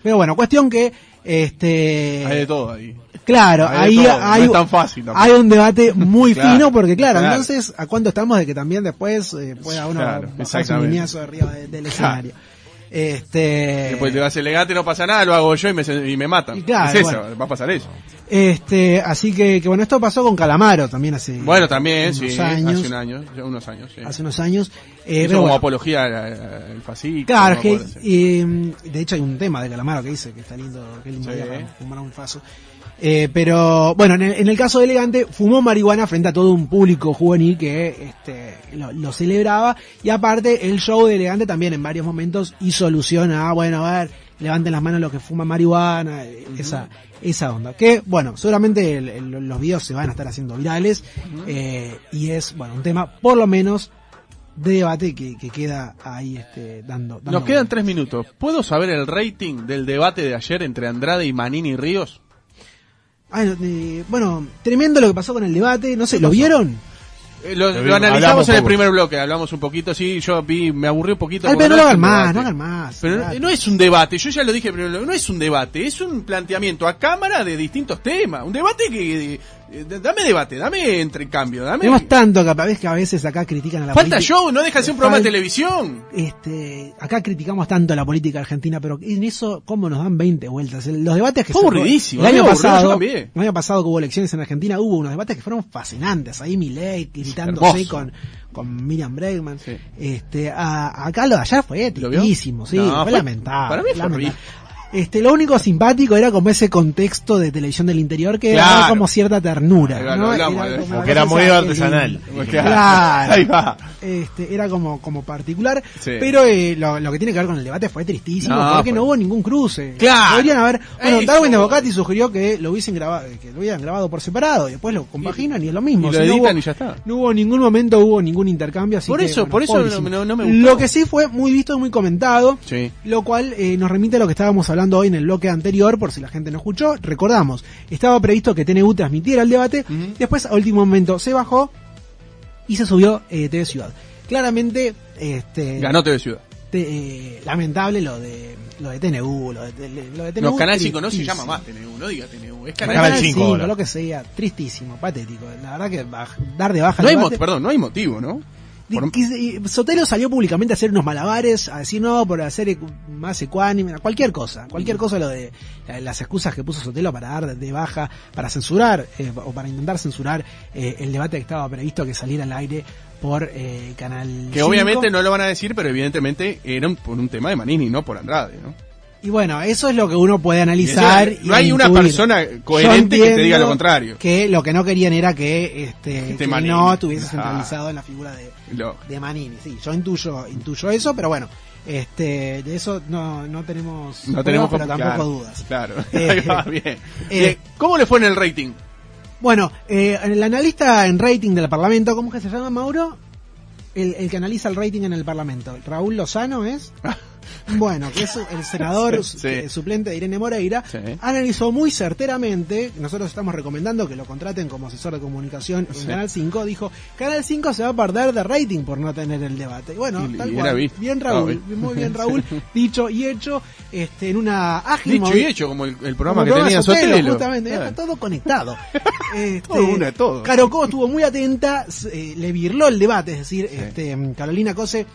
[SPEAKER 1] Pero bueno, cuestión que, este...
[SPEAKER 7] Hay de todo ahí.
[SPEAKER 1] Claro,
[SPEAKER 7] Hay de
[SPEAKER 1] ahí
[SPEAKER 7] todo, no
[SPEAKER 1] hay,
[SPEAKER 7] es tan fácil tampoco.
[SPEAKER 1] hay un debate muy
[SPEAKER 7] Claro,
[SPEAKER 1] fino porque claro,
[SPEAKER 7] claro.
[SPEAKER 1] entonces a cuánto estamos de que también después eh, pueda uno
[SPEAKER 7] Claro,
[SPEAKER 1] bajarse un
[SPEAKER 7] exactamente.
[SPEAKER 1] lineazo arriba de- del
[SPEAKER 7] Claro.
[SPEAKER 1] escenario. Este,
[SPEAKER 7] Después Eh, pues te vas elegante, no pasa nada, lo hago yo y me, y me matan.
[SPEAKER 1] Y claro,
[SPEAKER 7] es eso,
[SPEAKER 1] bueno.
[SPEAKER 7] va a pasar eso.
[SPEAKER 1] este, así que, que bueno, esto pasó con Calamaro también hace
[SPEAKER 7] Bueno, también,
[SPEAKER 1] unos
[SPEAKER 7] sí,
[SPEAKER 1] años,
[SPEAKER 7] hace un año, ya unos años. Sí.
[SPEAKER 1] hace unos años. Eh,
[SPEAKER 7] Hizo
[SPEAKER 1] pero
[SPEAKER 7] como
[SPEAKER 1] bueno,
[SPEAKER 7] apología al- al al fascismo.
[SPEAKER 1] Claro,
[SPEAKER 7] no
[SPEAKER 1] es que,
[SPEAKER 7] me acuerdo, sí.
[SPEAKER 1] eh, de hecho hay un tema de Calamaro que dice que está lindo, que lindo día para fumar un faso. Eh, pero bueno, en el, en el caso de Elegante, fumó marihuana frente a todo un público juvenil que este, lo, lo celebraba. Y aparte, el show de Elegante también en varios momentos hizo alusión a, bueno, a ver, levanten las manos los que fuman marihuana, eh, esa, esa onda. Que bueno, seguramente el- el- los videos se van a estar haciendo virales. eh, y es, bueno, un tema por lo menos de debate que, que queda ahí este, dando, dando
[SPEAKER 7] Nos quedan tres minutos. ¿Puedo saber el rating del debate de ayer entre Andrade y Manini Ríos?
[SPEAKER 1] Ah, no, eh, bueno, tremendo lo que pasó con el debate. No sé, ¿lo vieron?
[SPEAKER 7] Eh, lo,
[SPEAKER 1] Lo
[SPEAKER 7] lo
[SPEAKER 1] vimos, hablamos
[SPEAKER 7] analizamos en el
[SPEAKER 1] poco.
[SPEAKER 7] primer bloque, hablamos un poquito, sí, yo vi, me aburrí un poquito.
[SPEAKER 1] Ay,
[SPEAKER 7] porque
[SPEAKER 1] pero no lo
[SPEAKER 7] es
[SPEAKER 1] hagan
[SPEAKER 7] un
[SPEAKER 1] más,
[SPEAKER 7] debate.
[SPEAKER 1] no hagan más.
[SPEAKER 7] Pero no,
[SPEAKER 1] debate.
[SPEAKER 7] no es un debate, yo ya lo dije, pero no es un debate, es un planteamiento a cámara de distintos temas. Un debate que... eh, dame debate, dame entrecambio, dame...
[SPEAKER 1] Tenemos tanto que a veces, que a veces acá critican a la
[SPEAKER 7] Falta
[SPEAKER 1] política.
[SPEAKER 7] show, no deja de ser un programa de
[SPEAKER 1] Fal-
[SPEAKER 7] televisión.
[SPEAKER 1] Este, acá criticamos tanto a la política argentina, pero en eso, ¿cómo nos dan 20 vueltas? El- Los debates que
[SPEAKER 7] Fue
[SPEAKER 1] se-
[SPEAKER 7] aburridísimo,
[SPEAKER 1] El
[SPEAKER 7] a mí
[SPEAKER 1] año,
[SPEAKER 7] me aburrió, yo
[SPEAKER 1] pasado,
[SPEAKER 7] también.
[SPEAKER 1] el año pasado que hubo elecciones en Argentina, hubo unos debates que fueron fascinantes. Ahí Milei gritándose
[SPEAKER 7] Hermoso.
[SPEAKER 1] con, con Miriam Bregman. Este, a- acá lo de allá fue
[SPEAKER 7] ¿Lo vio?
[SPEAKER 1] tristísimo, sí,
[SPEAKER 7] No,
[SPEAKER 1] fue
[SPEAKER 7] fue-
[SPEAKER 1] lamentable.
[SPEAKER 7] para mí fue
[SPEAKER 1] lamentable.
[SPEAKER 7] horrible.
[SPEAKER 1] Este, lo único simpático era como ese contexto de televisión del interior que
[SPEAKER 7] Claro.
[SPEAKER 1] daba como cierta ternura.
[SPEAKER 7] Ahí va,
[SPEAKER 1] ¿no?
[SPEAKER 7] lo
[SPEAKER 1] Era
[SPEAKER 7] hablamos, eh.
[SPEAKER 1] como
[SPEAKER 7] Como
[SPEAKER 1] la
[SPEAKER 7] que era
[SPEAKER 1] cosa
[SPEAKER 7] muy
[SPEAKER 1] esa
[SPEAKER 7] artesanal.
[SPEAKER 1] que-
[SPEAKER 7] Claro.
[SPEAKER 1] Claro.
[SPEAKER 7] Ahí va.
[SPEAKER 1] Este, era como, como particular.
[SPEAKER 7] Sí.
[SPEAKER 1] Pero eh, lo, lo que tiene que ver con el debate fue tristísimo
[SPEAKER 7] No,
[SPEAKER 1] porque
[SPEAKER 7] fue-
[SPEAKER 1] no hubo ningún cruce.
[SPEAKER 7] Claro.
[SPEAKER 1] Podrían haber. Bueno,
[SPEAKER 7] Eso.
[SPEAKER 1] Darwin de Bocati sugirió que lo hubiesen grabado, que lo hubieran grabado por separado y después lo compaginan y, es lo mismo.
[SPEAKER 7] Y
[SPEAKER 1] O
[SPEAKER 7] lo
[SPEAKER 1] sea, no
[SPEAKER 7] editan
[SPEAKER 1] hubo-
[SPEAKER 7] y ya está.
[SPEAKER 1] no hubo ningún momento, hubo ningún intercambio. Así
[SPEAKER 7] Por
[SPEAKER 1] que,
[SPEAKER 7] eso,
[SPEAKER 1] bueno,
[SPEAKER 7] por eso
[SPEAKER 1] pobrecito.
[SPEAKER 7] no- no- no me gustó.
[SPEAKER 1] Lo que sí fue muy visto y muy comentado,
[SPEAKER 7] Sí.
[SPEAKER 1] lo cual eh, nos remite a lo que estábamos hablando hoy en el bloque anterior, por si la gente no escuchó. Recordamos, estaba previsto que TNU transmitiera el debate, después a último momento se bajó y se subió eh, TV Ciudad. Claramente, este,
[SPEAKER 7] Ganó TV Ciudad.
[SPEAKER 1] te- eh, lamentable lo de lo de TNU, lo de, lo de TNU.
[SPEAKER 7] No, Canal 5 no se llama
[SPEAKER 1] tristísimo.
[SPEAKER 7] más TNU, no diga TNU, es
[SPEAKER 1] Canal,
[SPEAKER 7] Canal,
[SPEAKER 1] 5,
[SPEAKER 7] 5. ahora.
[SPEAKER 1] lo que sea, tristísimo, patético. La verdad que baj- dar de baja
[SPEAKER 7] No
[SPEAKER 1] el
[SPEAKER 7] hay mo-
[SPEAKER 1] debate-
[SPEAKER 7] perdón, no hay motivo, ¿no?
[SPEAKER 1] De- que se- y Sotelo salió públicamente a hacer unos malabares, a decir no, por hacer ecu- más ecuánime, cualquier cosa, cualquier cosa lo de eh, las excusas que puso Sotelo para dar de baja, para censurar eh, o para intentar censurar eh, el debate que estaba previsto que saliera al aire por eh, Canal
[SPEAKER 7] Que obviamente no lo van a decir, pero evidentemente era un- por un tema de Manini, no por Andrade, ¿no?
[SPEAKER 1] Y bueno, eso es lo que uno puede analizar.
[SPEAKER 7] No hay
[SPEAKER 1] y
[SPEAKER 7] una
[SPEAKER 1] intuir.
[SPEAKER 7] persona
[SPEAKER 1] Yo
[SPEAKER 7] coherente que te diga
[SPEAKER 1] entiendo
[SPEAKER 7] lo contrario.
[SPEAKER 1] Que lo que no querían era que, este,
[SPEAKER 7] Este
[SPEAKER 1] que
[SPEAKER 7] Manini.
[SPEAKER 1] no estuviese
[SPEAKER 7] Ah.
[SPEAKER 1] centralizado en la figura de,
[SPEAKER 7] Lo-
[SPEAKER 1] de Manini. Sí, yo intuyo, intuyo eso, pero bueno, este, de eso no, no tenemos,
[SPEAKER 7] no tenemos
[SPEAKER 1] pero
[SPEAKER 7] como-
[SPEAKER 1] tampoco
[SPEAKER 7] claro,
[SPEAKER 1] dudas.
[SPEAKER 7] Claro.
[SPEAKER 1] Eh,
[SPEAKER 7] Ahí va, bien.
[SPEAKER 1] eh,
[SPEAKER 7] Bien. ¿Cómo le fue en el rating?
[SPEAKER 1] Bueno, eh, el analista en rating del Parlamento, ¿cómo es que se llama, Mauro? El, el que analiza el rating en el Parlamento. Raúl Lozano es. Bueno, que es el senador
[SPEAKER 7] Sí.
[SPEAKER 1] que- suplente de Irene Moreira.
[SPEAKER 7] Sí.
[SPEAKER 1] Analizó muy certeramente, nosotros estamos recomendando que lo contraten como asesor de comunicación en
[SPEAKER 7] Sí.
[SPEAKER 1] Canal 5. Dijo: Canal 5 se va a perder de rating por no tener el debate. Y Bueno,
[SPEAKER 7] Y-
[SPEAKER 1] tal
[SPEAKER 7] y era
[SPEAKER 1] cual.
[SPEAKER 7] visto.
[SPEAKER 1] Bien, Raúl.
[SPEAKER 7] Ah, bien.
[SPEAKER 1] Muy bien, Raúl. Dicho y hecho, este, en una ágil.
[SPEAKER 7] Dicho y
[SPEAKER 1] movi-
[SPEAKER 7] hecho, como el, el
[SPEAKER 1] como
[SPEAKER 7] programa
[SPEAKER 1] el
[SPEAKER 7] que tenía
[SPEAKER 1] Sotelo,
[SPEAKER 7] Sotelo.
[SPEAKER 1] Justamente,
[SPEAKER 7] Claro.
[SPEAKER 1] está todo conectado. Este,
[SPEAKER 7] Todo una de todo.
[SPEAKER 1] Caro Cobo estuvo muy atenta, s- eh, le virló el debate, es decir, este, mm, Carolina Cose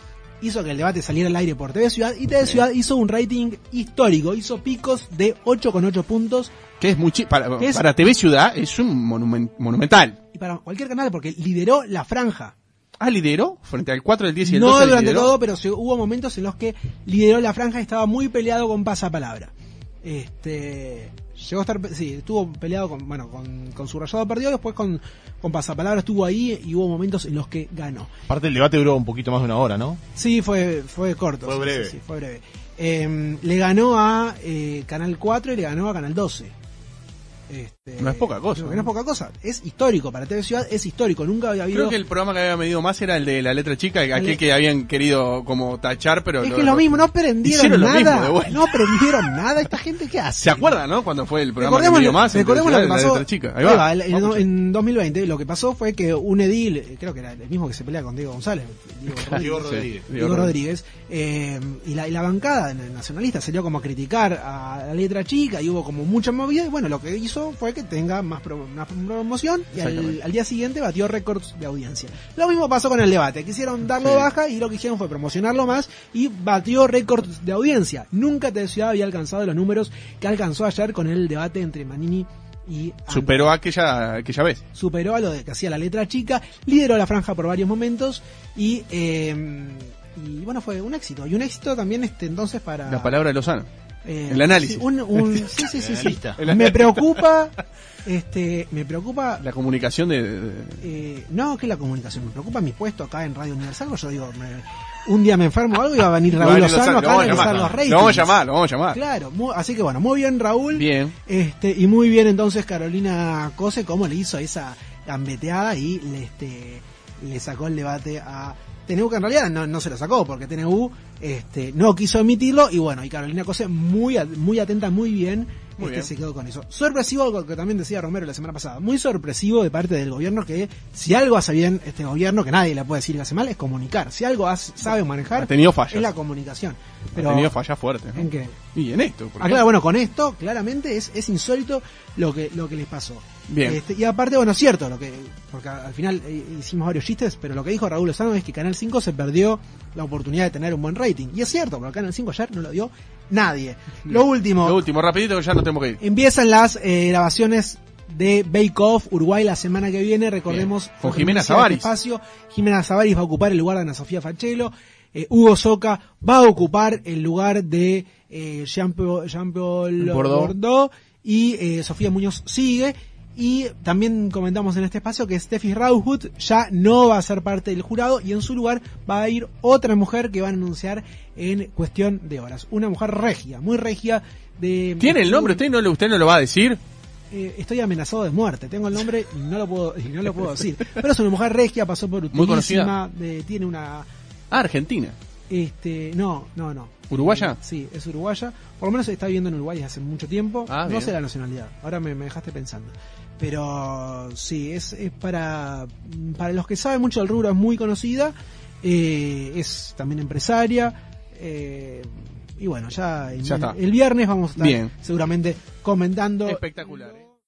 [SPEAKER 1] hizo que el debate saliera al aire por TV Ciudad y TV Ciudad hizo un rating histórico, hizo picos de 8,8 puntos
[SPEAKER 7] Que es muchi para,
[SPEAKER 1] Es-
[SPEAKER 7] para TV Ciudad es un monumen- monumental.
[SPEAKER 1] y para cualquier canal porque lideró la franja.
[SPEAKER 7] Ah, lideró frente al 4 del 10 y el 12
[SPEAKER 1] No
[SPEAKER 7] del
[SPEAKER 1] durante
[SPEAKER 7] lideró.
[SPEAKER 1] todo, pero sí hubo momentos en los que lideró la franja y estaba muy peleado con Pasapalabra. Este, llegó a estar, pe- sí, estuvo peleado con, bueno, con, con su rayado perdió, después con, con Pasapalabra estuvo ahí y hubo momentos en los que ganó.
[SPEAKER 3] Aparte el debate duró un poquito más de una hora, ¿no?
[SPEAKER 1] Sí, fue, fue corto.
[SPEAKER 3] Fue
[SPEAKER 1] sí, sí,
[SPEAKER 3] breve.
[SPEAKER 1] sí, fue breve. Eh, le ganó a eh, Canal 4 y le ganó a Canal 12. Este,
[SPEAKER 7] No es poca cosa.
[SPEAKER 1] lo que no es poca cosa. Es histórico para TV Ciudad, es histórico. Nunca había habido.
[SPEAKER 7] Creo que el programa que había medido más era el de la letra chica,
[SPEAKER 1] El-
[SPEAKER 7] aquel que habían querido como tachar, pero
[SPEAKER 1] es que lo mismo, no aprendieron
[SPEAKER 7] Hicieron lo mismo
[SPEAKER 1] nada.
[SPEAKER 7] de vuelta.
[SPEAKER 1] No aprendieron nada. Esta gente que hace.
[SPEAKER 7] ¿Se acuerdan, no? Cuando fue el programa que
[SPEAKER 1] Recordemos,
[SPEAKER 7] medió más. en
[SPEAKER 1] recordemos lo que
[SPEAKER 7] Teleciudad,
[SPEAKER 1] pasó.
[SPEAKER 7] La letra chica.
[SPEAKER 1] Ahí
[SPEAKER 7] Ahí va.
[SPEAKER 1] va, el- el-
[SPEAKER 7] Vamos.
[SPEAKER 1] en 2020 lo que pasó fue que un edil, eh, creo que era el mismo que se pelea con Diego González, Diego Rodríguez,
[SPEAKER 3] Diego Rodríguez.
[SPEAKER 1] Diego Diego Rodríguez, eh, y, la, y la bancada nacionalista salió como a criticar a la letra chica y hubo como mucha movida y bueno, lo que hizo eso fue que tenga más pro- una promoción y al,
[SPEAKER 7] Exactamente.
[SPEAKER 1] al día siguiente batió récords de audiencia. Lo mismo pasó con el debate. Quisieron darlo de baja y lo que hicieron fue promocionarlo más y batió récords de audiencia. Nunca Ciudad había alcanzado los números que alcanzó ayer con el debate entre Manini y
[SPEAKER 7] Superó aquella, aquella vez.
[SPEAKER 1] superó a lo de que hacía la letra chica, lideró la franja por varios momentos y, eh, y bueno, fue un éxito. Y un éxito también este entonces para...
[SPEAKER 7] La palabra de Lozano.
[SPEAKER 1] eh,
[SPEAKER 7] el análisis.
[SPEAKER 1] sí, un- un- sí, sí, sí, sí.
[SPEAKER 7] analista. El
[SPEAKER 1] Me
[SPEAKER 7] analista.
[SPEAKER 1] preocupa, este, me preocupa...
[SPEAKER 7] La comunicación de. de-
[SPEAKER 1] eh, no, que la comunicación, me preocupa mi puesto acá en Radio Universal, porque yo digo, me- un día me enfermo o algo y va a venir Raúl
[SPEAKER 7] Raúl
[SPEAKER 1] Lozano
[SPEAKER 7] Lozano,
[SPEAKER 1] acá
[SPEAKER 7] lo
[SPEAKER 1] a
[SPEAKER 7] vamos a
[SPEAKER 1] analizar
[SPEAKER 7] llamar.
[SPEAKER 1] los ratings.
[SPEAKER 7] Lo vamos a llamar, lo vamos a llamar.
[SPEAKER 1] Claro, mu- así que bueno, muy bien Raúl.
[SPEAKER 7] Bien.
[SPEAKER 1] Este, y muy bien entonces Carolina Cose, cómo le hizo esa gambeteada y le, este, le sacó el debate a TNU, que en realidad no, no se lo sacó, porque TNU este, no quiso emitirlo, y bueno, y Carolina Cose muy, a- muy atenta, muy bien,
[SPEAKER 7] Muy
[SPEAKER 1] este,
[SPEAKER 7] bien.
[SPEAKER 1] se quedó con eso. Sorpresivo, algo que también decía Romero la semana pasada, muy sorpresivo de parte del gobierno que si algo hace bien este gobierno, que nadie le puede decir que hace mal, es comunicar. Si algo hace- sabe manejar,
[SPEAKER 7] Ha tenido fallas.
[SPEAKER 1] es la comunicación. Pero,
[SPEAKER 7] ha tenido fallas fuertes. ¿no?
[SPEAKER 1] ¿En qué?
[SPEAKER 7] Y en esto. por
[SPEAKER 1] Ah, claro,
[SPEAKER 7] ejemplo.
[SPEAKER 1] bueno, con esto claramente es, es insólito lo que, lo que les pasó.
[SPEAKER 7] Bien.
[SPEAKER 1] Este, y aparte, bueno, cierto, lo que, porque al final eh, hicimos varios chistes, pero lo que dijo Raúl Lozano es que Canal 5 se perdió la oportunidad de tener un buen rating. Y es cierto, porque Canal 5 ayer no lo dio nadie. Lo último,
[SPEAKER 7] Lo último, rapidito que ya nos tenemos que ir.
[SPEAKER 1] empiezan las eh, grabaciones de Bake Off Uruguay la semana que viene, recordemos.
[SPEAKER 7] Bien. Con
[SPEAKER 1] la
[SPEAKER 7] Jimena
[SPEAKER 1] primicia de
[SPEAKER 7] Sabaris.
[SPEAKER 1] este espacio. Jimena Savaris va a ocupar el lugar de Ana Sofía Fachelo. Eh, Hugo Soca va a ocupar el lugar de eh, Jean-Paul Jean Paul
[SPEAKER 7] Bordeaux.
[SPEAKER 1] Bordeaux. Y eh, Sofía Muñoz sigue. Y también comentamos en este espacio que Steffi Rauhut ya no va a ser parte del jurado y en su lugar va a ir otra mujer que van a anunciar en cuestión de horas. Una mujer regia, muy regia de...
[SPEAKER 7] ¿Tiene el nombre? ¿Usted no, lo, ¿Usted no lo va a decir?
[SPEAKER 1] Eh, estoy amenazado de muerte. Tengo el nombre y no lo puedo, y no lo puedo decir. Pero es una mujer regia, pasó por Utilísima,
[SPEAKER 7] Muy conocida.
[SPEAKER 1] de- tiene una,
[SPEAKER 7] Ah, Argentina.
[SPEAKER 1] este, no, no, no.
[SPEAKER 7] ¿Uruguaya?
[SPEAKER 1] Sí, es uruguaya. Por lo menos está viviendo en Uruguay desde hace mucho tiempo.
[SPEAKER 7] Ah,
[SPEAKER 1] no
[SPEAKER 7] bien.
[SPEAKER 1] sé la nacionalidad. Ahora me, me dejaste pensando. Pero sí, es, es para, para los que saben mucho del rubro, es muy conocida. Eh, es también empresaria. eh, y bueno, ya, el-
[SPEAKER 7] Ya está.
[SPEAKER 1] el viernes vamos a estar
[SPEAKER 7] Bien.
[SPEAKER 1] seguramente comentando
[SPEAKER 7] Espectacular. ¿eh?